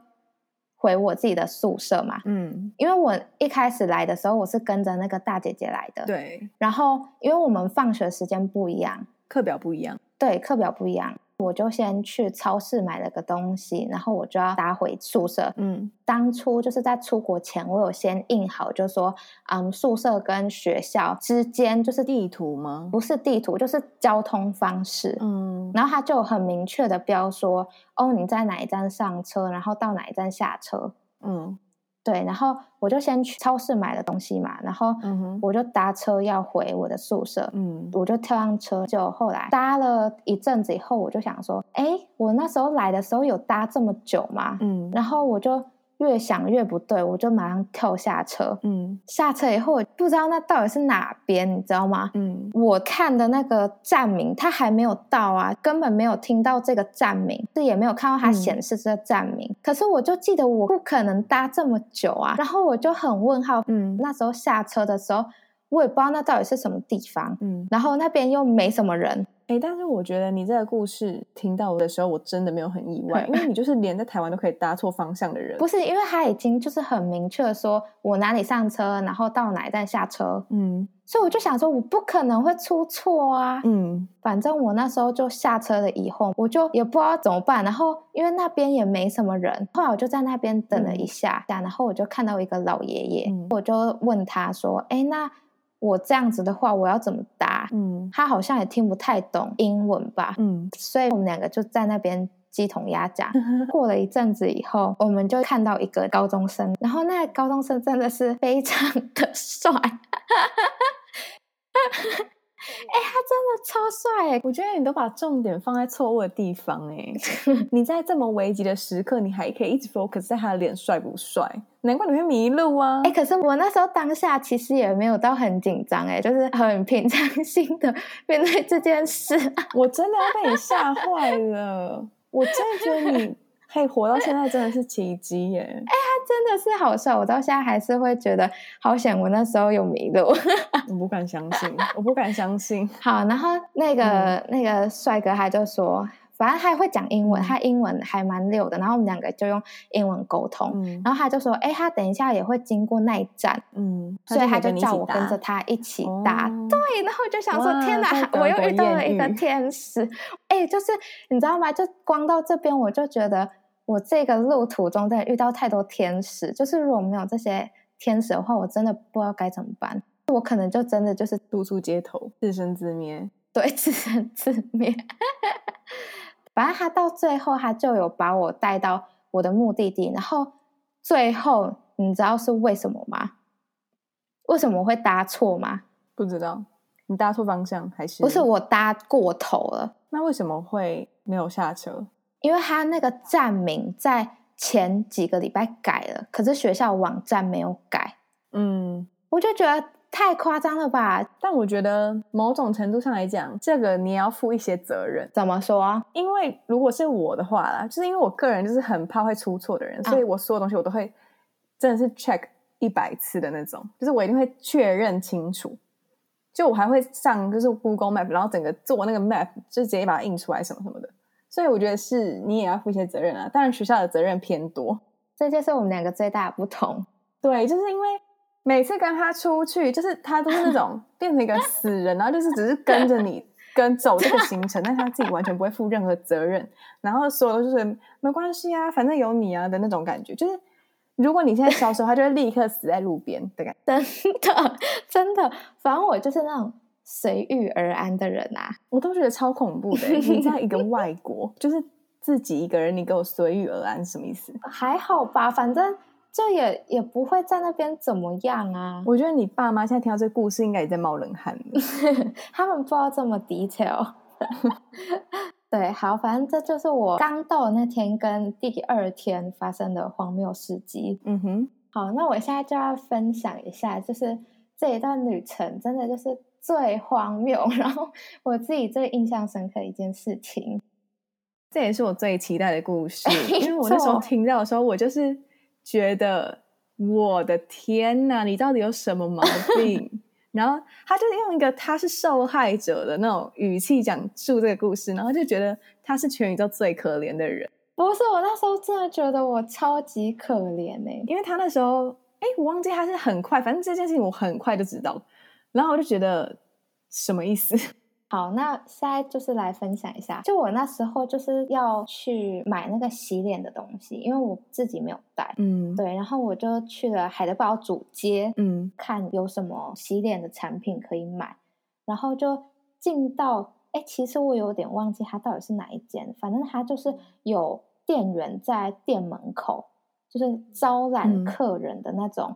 [SPEAKER 2] 回我自己的宿舍嘛，
[SPEAKER 1] 嗯，
[SPEAKER 2] 因为我一开始来的时候，我是跟着那个大姐姐来的，
[SPEAKER 1] 对，
[SPEAKER 2] 然后因为我们放学时间不一样，
[SPEAKER 1] 课表不一样，
[SPEAKER 2] 对，课表不一样，我就先去超市买了个东西，然后我就要搭回宿舍。
[SPEAKER 1] 嗯
[SPEAKER 2] 当初就是在出国前，我有先印好，就说，嗯，宿舍跟学校之间就是
[SPEAKER 1] 地图吗？
[SPEAKER 2] 不是地图，就是交通方式。
[SPEAKER 1] 嗯
[SPEAKER 2] 然后它就有很明确的标说，哦，你在哪一站上车，然后到哪一站下车。
[SPEAKER 1] 嗯
[SPEAKER 2] 对，然后我就先去超市买了东西嘛，然后
[SPEAKER 1] 嗯哼
[SPEAKER 2] 我就搭车要回我的宿舍。
[SPEAKER 1] 嗯
[SPEAKER 2] 我就跳上车，就后来搭了一阵子以后，我就想说，哎，我那时候来的时候有搭这么久吗？
[SPEAKER 1] 嗯
[SPEAKER 2] 然后我就越想越不对，我就马上跳下车。
[SPEAKER 1] 嗯
[SPEAKER 2] 下车以后，我不知道那到底是哪边，你知道吗？
[SPEAKER 1] 嗯
[SPEAKER 2] 我看的那个站名，它还没有到啊，根本没有听到这个站名，是也没有看到它
[SPEAKER 1] 嗯
[SPEAKER 2] 显示这个站名。可是我就记得我不可能搭这么久啊，然后我就很问号。
[SPEAKER 1] 嗯
[SPEAKER 2] 那时候下车的时候，我也不知道那到底是什么地方。
[SPEAKER 1] 嗯，
[SPEAKER 2] 然后那边又没什么人，
[SPEAKER 1] 哎、但是我觉得你这个故事听到的时候，我真的没有很意外，因为你就是连在台湾都可以搭错方向的人。
[SPEAKER 2] 不是因为他已经就是很明确地说我哪里上车，然后到哪一站下车，
[SPEAKER 1] 嗯
[SPEAKER 2] 所以我就想说我不可能会出错啊。
[SPEAKER 1] 嗯
[SPEAKER 2] 反正我那时候就下车了以后，我就也不知道怎么办。然后因为那边也没什么人，后来我就在那边等了一下，然后我就看到一个老爷爷，
[SPEAKER 1] 嗯
[SPEAKER 2] 我就问他说：“哎，那我这样子的话，我要怎么搭？”
[SPEAKER 1] 嗯
[SPEAKER 2] 他好像也听不太懂英文吧，
[SPEAKER 1] 嗯
[SPEAKER 2] 所以我们两个就在那边鸡同鸭 讲。过了一阵子以后，我们就看到一个高中生，然后那个高中生真的是非常的帅，
[SPEAKER 1] 哦
[SPEAKER 2] 哎、他真的超帅耶！
[SPEAKER 1] 我觉得你都把重点放在错误的地方、 欸，哎，你在这么危急的时刻，你还可以一直 focus 在他的脸帅不帅，难怪你会迷路啊。
[SPEAKER 2] 哎、可是我那时候当下其实也没有到很紧张，哎，就是很平常心的面对这件事。
[SPEAKER 1] 我真的要被你吓坏了，我真的觉得你可以活到现在真的是奇迹耶、
[SPEAKER 2] 他真的是好帅，我到现在还是会觉得好险，我那时候有迷路。
[SPEAKER 1] 我不敢相信，我不敢相信。
[SPEAKER 2] 好，然后那个、那个帅哥他就说，反正他也会讲英文，
[SPEAKER 1] 嗯嗯
[SPEAKER 2] 他英文还蛮溜的，然后我们两个就用英文沟通。
[SPEAKER 1] 嗯
[SPEAKER 2] 然后他就说：“哎，他等一下也会经过那一站，
[SPEAKER 1] 嗯，
[SPEAKER 2] 所以
[SPEAKER 1] 他
[SPEAKER 2] 他
[SPEAKER 1] 可
[SPEAKER 2] 就
[SPEAKER 1] 以跟你一
[SPEAKER 2] 叫
[SPEAKER 1] 起
[SPEAKER 2] 我
[SPEAKER 1] 搭
[SPEAKER 2] 跟着他一起搭。
[SPEAKER 1] 哦
[SPEAKER 2] 对，然后我就想说：“
[SPEAKER 1] 哇
[SPEAKER 2] 天
[SPEAKER 1] 在
[SPEAKER 2] 哪，
[SPEAKER 1] 德
[SPEAKER 2] 我又
[SPEAKER 1] 国
[SPEAKER 2] 遇到
[SPEAKER 1] 艳
[SPEAKER 2] 了一个
[SPEAKER 1] 遇
[SPEAKER 2] 天使！”哎，就是你知道吗？就光到这边，我就觉得我这个路途中真的遇到太多天使。就是如果没有这些天使的话，我真的不知道该怎么办。我可能就真的就是
[SPEAKER 1] 露宿街头，自生自灭。
[SPEAKER 2] 对， 自生自灭。 反正他到最后，他就有把我带到我的目的地，然后最后你知道是为什么吗？为什么会搭错吗？
[SPEAKER 1] 不知道你搭错方向还是
[SPEAKER 2] 不是？我搭过头了，
[SPEAKER 1] 那为什么会没有下车？
[SPEAKER 2] 因为他那个站名在前几个礼拜改了，可是学校网站没有改，
[SPEAKER 1] 嗯，
[SPEAKER 2] 我就觉得太夸张了吧？
[SPEAKER 1] 但我觉得某种程度上来讲，这个你也要负一些责任，
[SPEAKER 2] 怎么说？
[SPEAKER 1] 因为如果是我的话啦，就是因为我个人就是很怕会出错的人，
[SPEAKER 2] 啊
[SPEAKER 1] 所以我所有东西我都会真的是 check 一百次的那种，就是我一定会确认清楚。就我还会上就是 Google Map，然后整个做那个 map，就直接把它印出来什么什么的。所以我觉得是你也要负一些责任啊，当然学校的责任偏多。
[SPEAKER 2] 这就是我们两个最大的不同。
[SPEAKER 1] 对，就是因为每次跟他出去，就是他都是那种变成一个死人，然后就是只是跟着你跟走这个行程，但他自己完全不会负任何责任，然后所有都就是没关系啊，反正有你啊的那种感觉，就是。如果你现在消失的话，他就会立刻死在路边的感觉。
[SPEAKER 2] 真的，真的，反正我就是那种随遇而安的人啊。
[SPEAKER 1] 我都觉得超恐怖的、欸你在一个外国，就是自己一个人，你给我随遇而安，什么意思？
[SPEAKER 2] 还好吧，反正就也也不会在那边怎么样啊。
[SPEAKER 1] 我觉得你爸妈现在听到这故事，应该也在冒冷汗了。
[SPEAKER 2] 他们不知道这么 detail。对，好，反正这就是我刚到的那天跟第二天发生的荒谬事迹。
[SPEAKER 1] 嗯哼，
[SPEAKER 2] 好，那我现在就要分享一下，就是这一段旅程真的就是最荒谬，然后我自己最印象深刻的一件事情。
[SPEAKER 1] 这也是我最期待的故事，因为我那时候
[SPEAKER 2] 没错
[SPEAKER 1] 听到的时候，我就是觉得我的天呐，你到底有什么 毛病？然后他就用一个他是受害者的那种语气讲述这个故事，然后就觉得他是全宇宙最可怜的人，
[SPEAKER 2] 不是，我那时候真的觉得我超级可怜欸呢、
[SPEAKER 1] 因为他那时候，哎，我忘记他是很快，反正这件事情我很快就知道了，然后我就觉得什么意思？
[SPEAKER 2] 好，那现在就是来分享一下，就我那时候就是要去买那个洗脸的东西，因为我自己没有带。
[SPEAKER 1] 嗯，
[SPEAKER 2] 对，然后我就去了海德堡主街，
[SPEAKER 1] 嗯，
[SPEAKER 2] 看有什么洗脸的产品可以买，然后就进到，哎，其实我有点忘记它到底是哪一间，反正它就是有店员在店门口，就是招
[SPEAKER 1] 嗯
[SPEAKER 2] 揽客人的那种，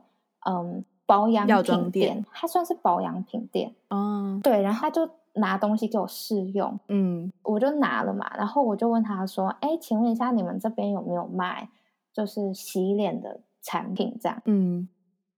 [SPEAKER 2] 嗯保养
[SPEAKER 1] 药妆
[SPEAKER 2] 品
[SPEAKER 1] 店
[SPEAKER 2] 店，它算是保养品店，
[SPEAKER 1] 哦，
[SPEAKER 2] 对，然后他就拿东西给我试用，
[SPEAKER 1] 嗯，
[SPEAKER 2] 我就拿了嘛，然后我就问他说：“哎，请问一下，你们这边有没有卖就是洗脸的产品？”这样，
[SPEAKER 1] 嗯，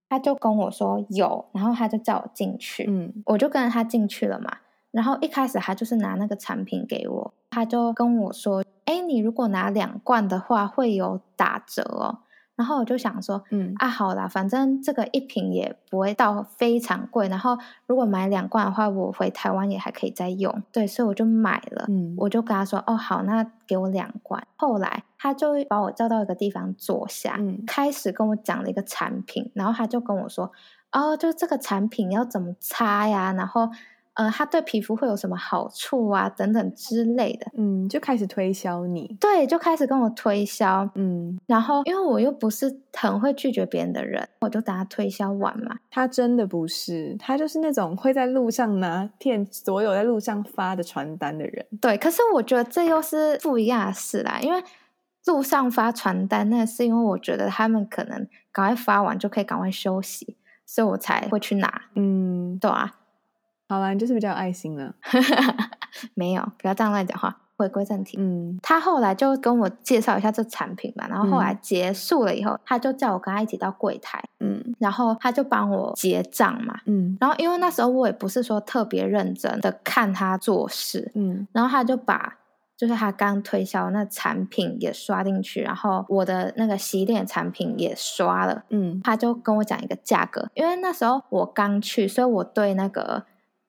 [SPEAKER 2] 他就跟我说有，然后他就叫我进去，
[SPEAKER 1] 嗯，
[SPEAKER 2] 我就跟着他进去了嘛。然后一开始他就是拿那个产品给我，他就跟我说：“哎，你如果拿两罐的话会有打折哦。”然后我就想说，
[SPEAKER 1] 嗯，
[SPEAKER 2] 啊，好啦，反正这个一瓶也不会到非常贵，然后如果买两罐的话，我回台湾也还可以再用，对，所以我就买了。
[SPEAKER 1] 嗯，
[SPEAKER 2] 我就跟他说，哦，好，那给我两罐。后来他就把我叫到一个地方坐下，
[SPEAKER 1] 嗯
[SPEAKER 2] 开始跟我讲了一个产品，然后他就跟我说，哦，就这个产品要怎么擦呀，然后，呃，它对皮肤会有什么好处啊，等等之类的。
[SPEAKER 1] 嗯，就开始推销你，
[SPEAKER 2] 对，就开始跟我推销，
[SPEAKER 1] 嗯。
[SPEAKER 2] 然后因为我又不是很会拒绝别人的人，我就等他推销完嘛。
[SPEAKER 1] 他真的不是，他就是那种会在路上拿骗所有在路上发的传单的人。
[SPEAKER 2] 对，可是我觉得这又是不一样的事啦，因为路上发传单，那是因为我觉得他们可能赶快发完就可以赶快休息，所以我才会去拿。
[SPEAKER 1] 嗯，
[SPEAKER 2] 对啊，
[SPEAKER 1] 好啦，你就是比较有爱心了。
[SPEAKER 2] 没有，不要这样乱讲话。回归正题，
[SPEAKER 1] 嗯
[SPEAKER 2] 他后来就跟我介绍一下这产品嘛，然后后来结束了以后，他就叫我跟他一起到柜台，
[SPEAKER 1] 嗯
[SPEAKER 2] 然后他就帮我结账嘛。
[SPEAKER 1] 嗯
[SPEAKER 2] 然后因为那时候我也不是说特别认真的看他做事，
[SPEAKER 1] 嗯
[SPEAKER 2] 然后他就把就是他刚推销的那产品也刷进去，然后我的那个洗脸产品也刷了，
[SPEAKER 1] 嗯
[SPEAKER 2] 他就跟我讲一个价格，因为那时候我刚去，所以我对那个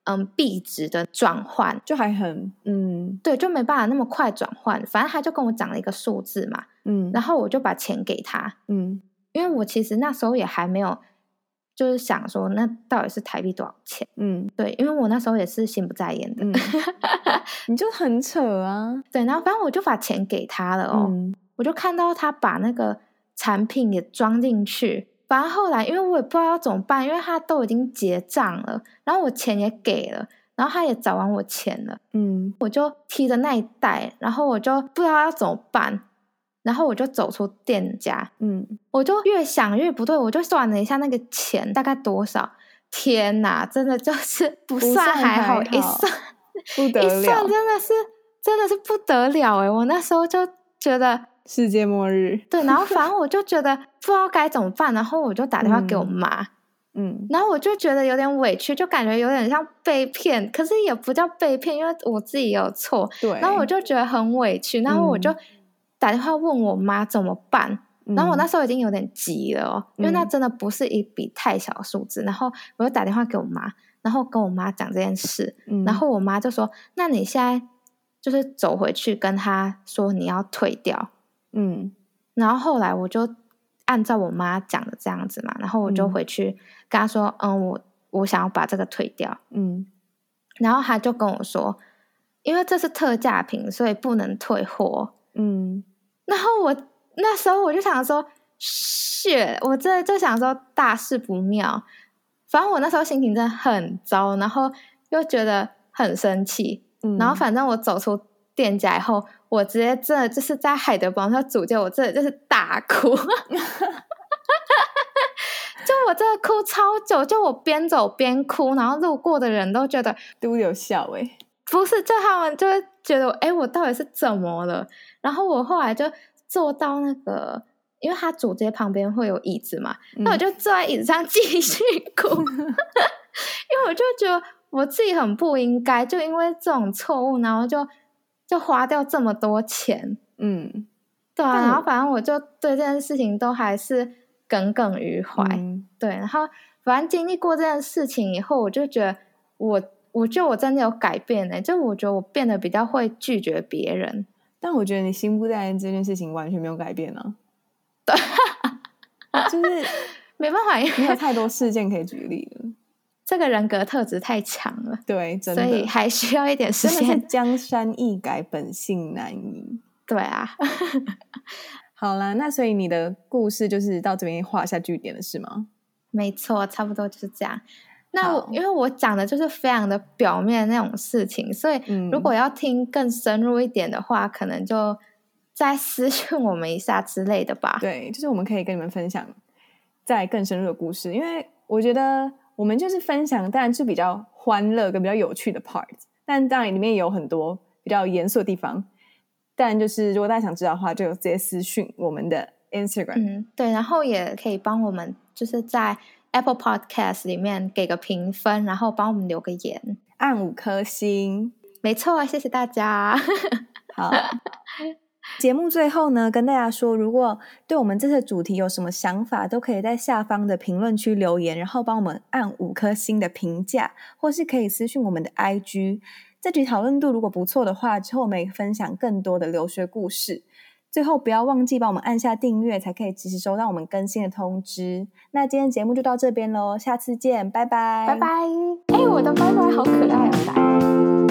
[SPEAKER 2] 嗯币值的转换，
[SPEAKER 1] 就还很嗯
[SPEAKER 2] 对就没办法那么快转换，反正他就跟我讲了一个数字嘛，
[SPEAKER 1] 嗯
[SPEAKER 2] 然后我就把钱给他，
[SPEAKER 1] 嗯
[SPEAKER 2] 因为我其实那时候也还没有就是想说那到底是台币多少钱。
[SPEAKER 1] 嗯
[SPEAKER 2] 对，因为我那时候也是心不在焉的。
[SPEAKER 1] 嗯，你就很扯啊。
[SPEAKER 2] 对，然后反正我就把钱给他了哦，
[SPEAKER 1] 嗯
[SPEAKER 2] 我就看到他把那个产品也装进去。反正后来，因为我也不知道要怎么办，因为他都已经结账了，然后我钱也给了，然后他也找完我钱了，
[SPEAKER 1] 嗯
[SPEAKER 2] 我就提着那一袋，然后我就不知道要怎么办，然后我就走出店家，
[SPEAKER 1] 嗯
[SPEAKER 2] 我就越想越不对，我就算了一下那个钱大概多少，天哪，真的就是 不算还好，
[SPEAKER 1] 不算还
[SPEAKER 2] 一
[SPEAKER 1] 好
[SPEAKER 2] 算
[SPEAKER 1] 不得
[SPEAKER 2] 一算
[SPEAKER 1] 了，
[SPEAKER 2] 真的是真的是不得了哎！我那时候就觉得
[SPEAKER 1] 世界末日。
[SPEAKER 2] 对，然后反 正我就觉得不知道该怎么办，然后我就打电话给我
[SPEAKER 1] 嗯
[SPEAKER 2] 妈，
[SPEAKER 1] 嗯，
[SPEAKER 2] 然后我就觉得有点委屈，就感觉有点像被骗，可是也不叫被骗，因为我自己也有错。
[SPEAKER 1] 对。
[SPEAKER 2] 然后我就觉得很委屈，然后我
[SPEAKER 1] 嗯
[SPEAKER 2] 就打电话问我妈怎么办。然后我那时候已经有点急了、哦，因为那
[SPEAKER 1] 嗯
[SPEAKER 2] 真的不是一笔太小的数字。然后我就打电话给我妈，然后跟我妈讲这件事，
[SPEAKER 1] 嗯，
[SPEAKER 2] 然后我妈就说：“那你现在就是走回去跟她说你要退掉。
[SPEAKER 1] 嗯”
[SPEAKER 2] 然后后来我就按照我妈讲的这样子嘛，然后我就
[SPEAKER 1] 嗯
[SPEAKER 2] 回去跟她说：“嗯，我我想要把这个退掉。
[SPEAKER 1] 嗯”
[SPEAKER 2] 然后她就跟我说：“因为这是特价品，所以不能退货。”
[SPEAKER 1] 嗯
[SPEAKER 2] 然后我那时候我就想说，血，我真的就想说大事不妙。反正我那时候心情真的很糟，然后又觉得很生气。
[SPEAKER 1] 嗯，
[SPEAKER 2] 然后反正我走出店家以后，我直接真的就是在海德堡那主教，我真的就是大哭。就我真的哭超久，就我边走边哭，然后路过的人都觉得
[SPEAKER 1] 都有笑哎、
[SPEAKER 2] 不是，就他们就会觉得，哎、我到底是怎么了？然后我后来就坐到那个，因为他主街旁边会有椅子嘛，那我
[SPEAKER 1] 嗯
[SPEAKER 2] 就坐在椅子上继 续哭，因为我就觉得我自己很不应该，就因为这种错误，然后就就花掉这么多钱，
[SPEAKER 1] 嗯，
[SPEAKER 2] 对啊，
[SPEAKER 1] 但
[SPEAKER 2] 然
[SPEAKER 1] 我
[SPEAKER 2] 后反正我就对这件事情都还是耿耿于怀，
[SPEAKER 1] 嗯
[SPEAKER 2] 对，然后反正经历过这件事情以后，我就觉得我，我觉得我真的有改变呢、就我觉得我变得比较会拒绝别人。
[SPEAKER 1] 但我觉得你心不在焉这件事情完全没有改变 啊。对，就是
[SPEAKER 2] 没办法，因
[SPEAKER 1] 你有
[SPEAKER 2] 为
[SPEAKER 1] 太多事件可以举例了。
[SPEAKER 2] 这个人格特质太强了，
[SPEAKER 1] 对，真
[SPEAKER 2] 所以
[SPEAKER 1] 的，
[SPEAKER 2] 还需要一点时
[SPEAKER 1] 真的是
[SPEAKER 2] 间。
[SPEAKER 1] 江山易改，本性难移。
[SPEAKER 2] 对啊，
[SPEAKER 1] 好啦，那所以你的故事就是到这边画下句点了，是吗？
[SPEAKER 2] 没错，差不多就是这样。那我
[SPEAKER 1] 好
[SPEAKER 2] 因为我讲的就是非常的表面那种事情，所以
[SPEAKER 1] 嗯
[SPEAKER 2] 如果要听更深入一点的话，可能就再私 讯我们一下之类的吧。
[SPEAKER 1] 对，就是我们可以跟你们分享在更深入的故事，因为我觉得我们就是分享，当然是比较欢乐跟比较有趣的 part，但当然里面也有很多比较严肃的地方。但就是如果大家想知道的话，就直接私讯我们的 Instagram。
[SPEAKER 2] 嗯，对，然后也可以帮我们，就是在 Apple Podcast 里面给个评分，然后帮我们留个言。
[SPEAKER 1] 按五颗星。
[SPEAKER 2] 没错，谢谢大家。
[SPEAKER 1] 好，节目最后呢，跟大家说，如果对我们这次主题有什么想法，都可以在下方的评论区留言，然后帮我们按五颗星的评价，或是可以私讯我们的 IG。这集讨论度如果不错的话，之后我们也分享更多的留学故事。最后，不要忘记帮我们按下订阅，才可以及时收到我们更新的通知。那今天节目就到这边喽，下次见，拜拜，
[SPEAKER 2] 拜拜。哎，我的拜拜好可爱哦，来。 啊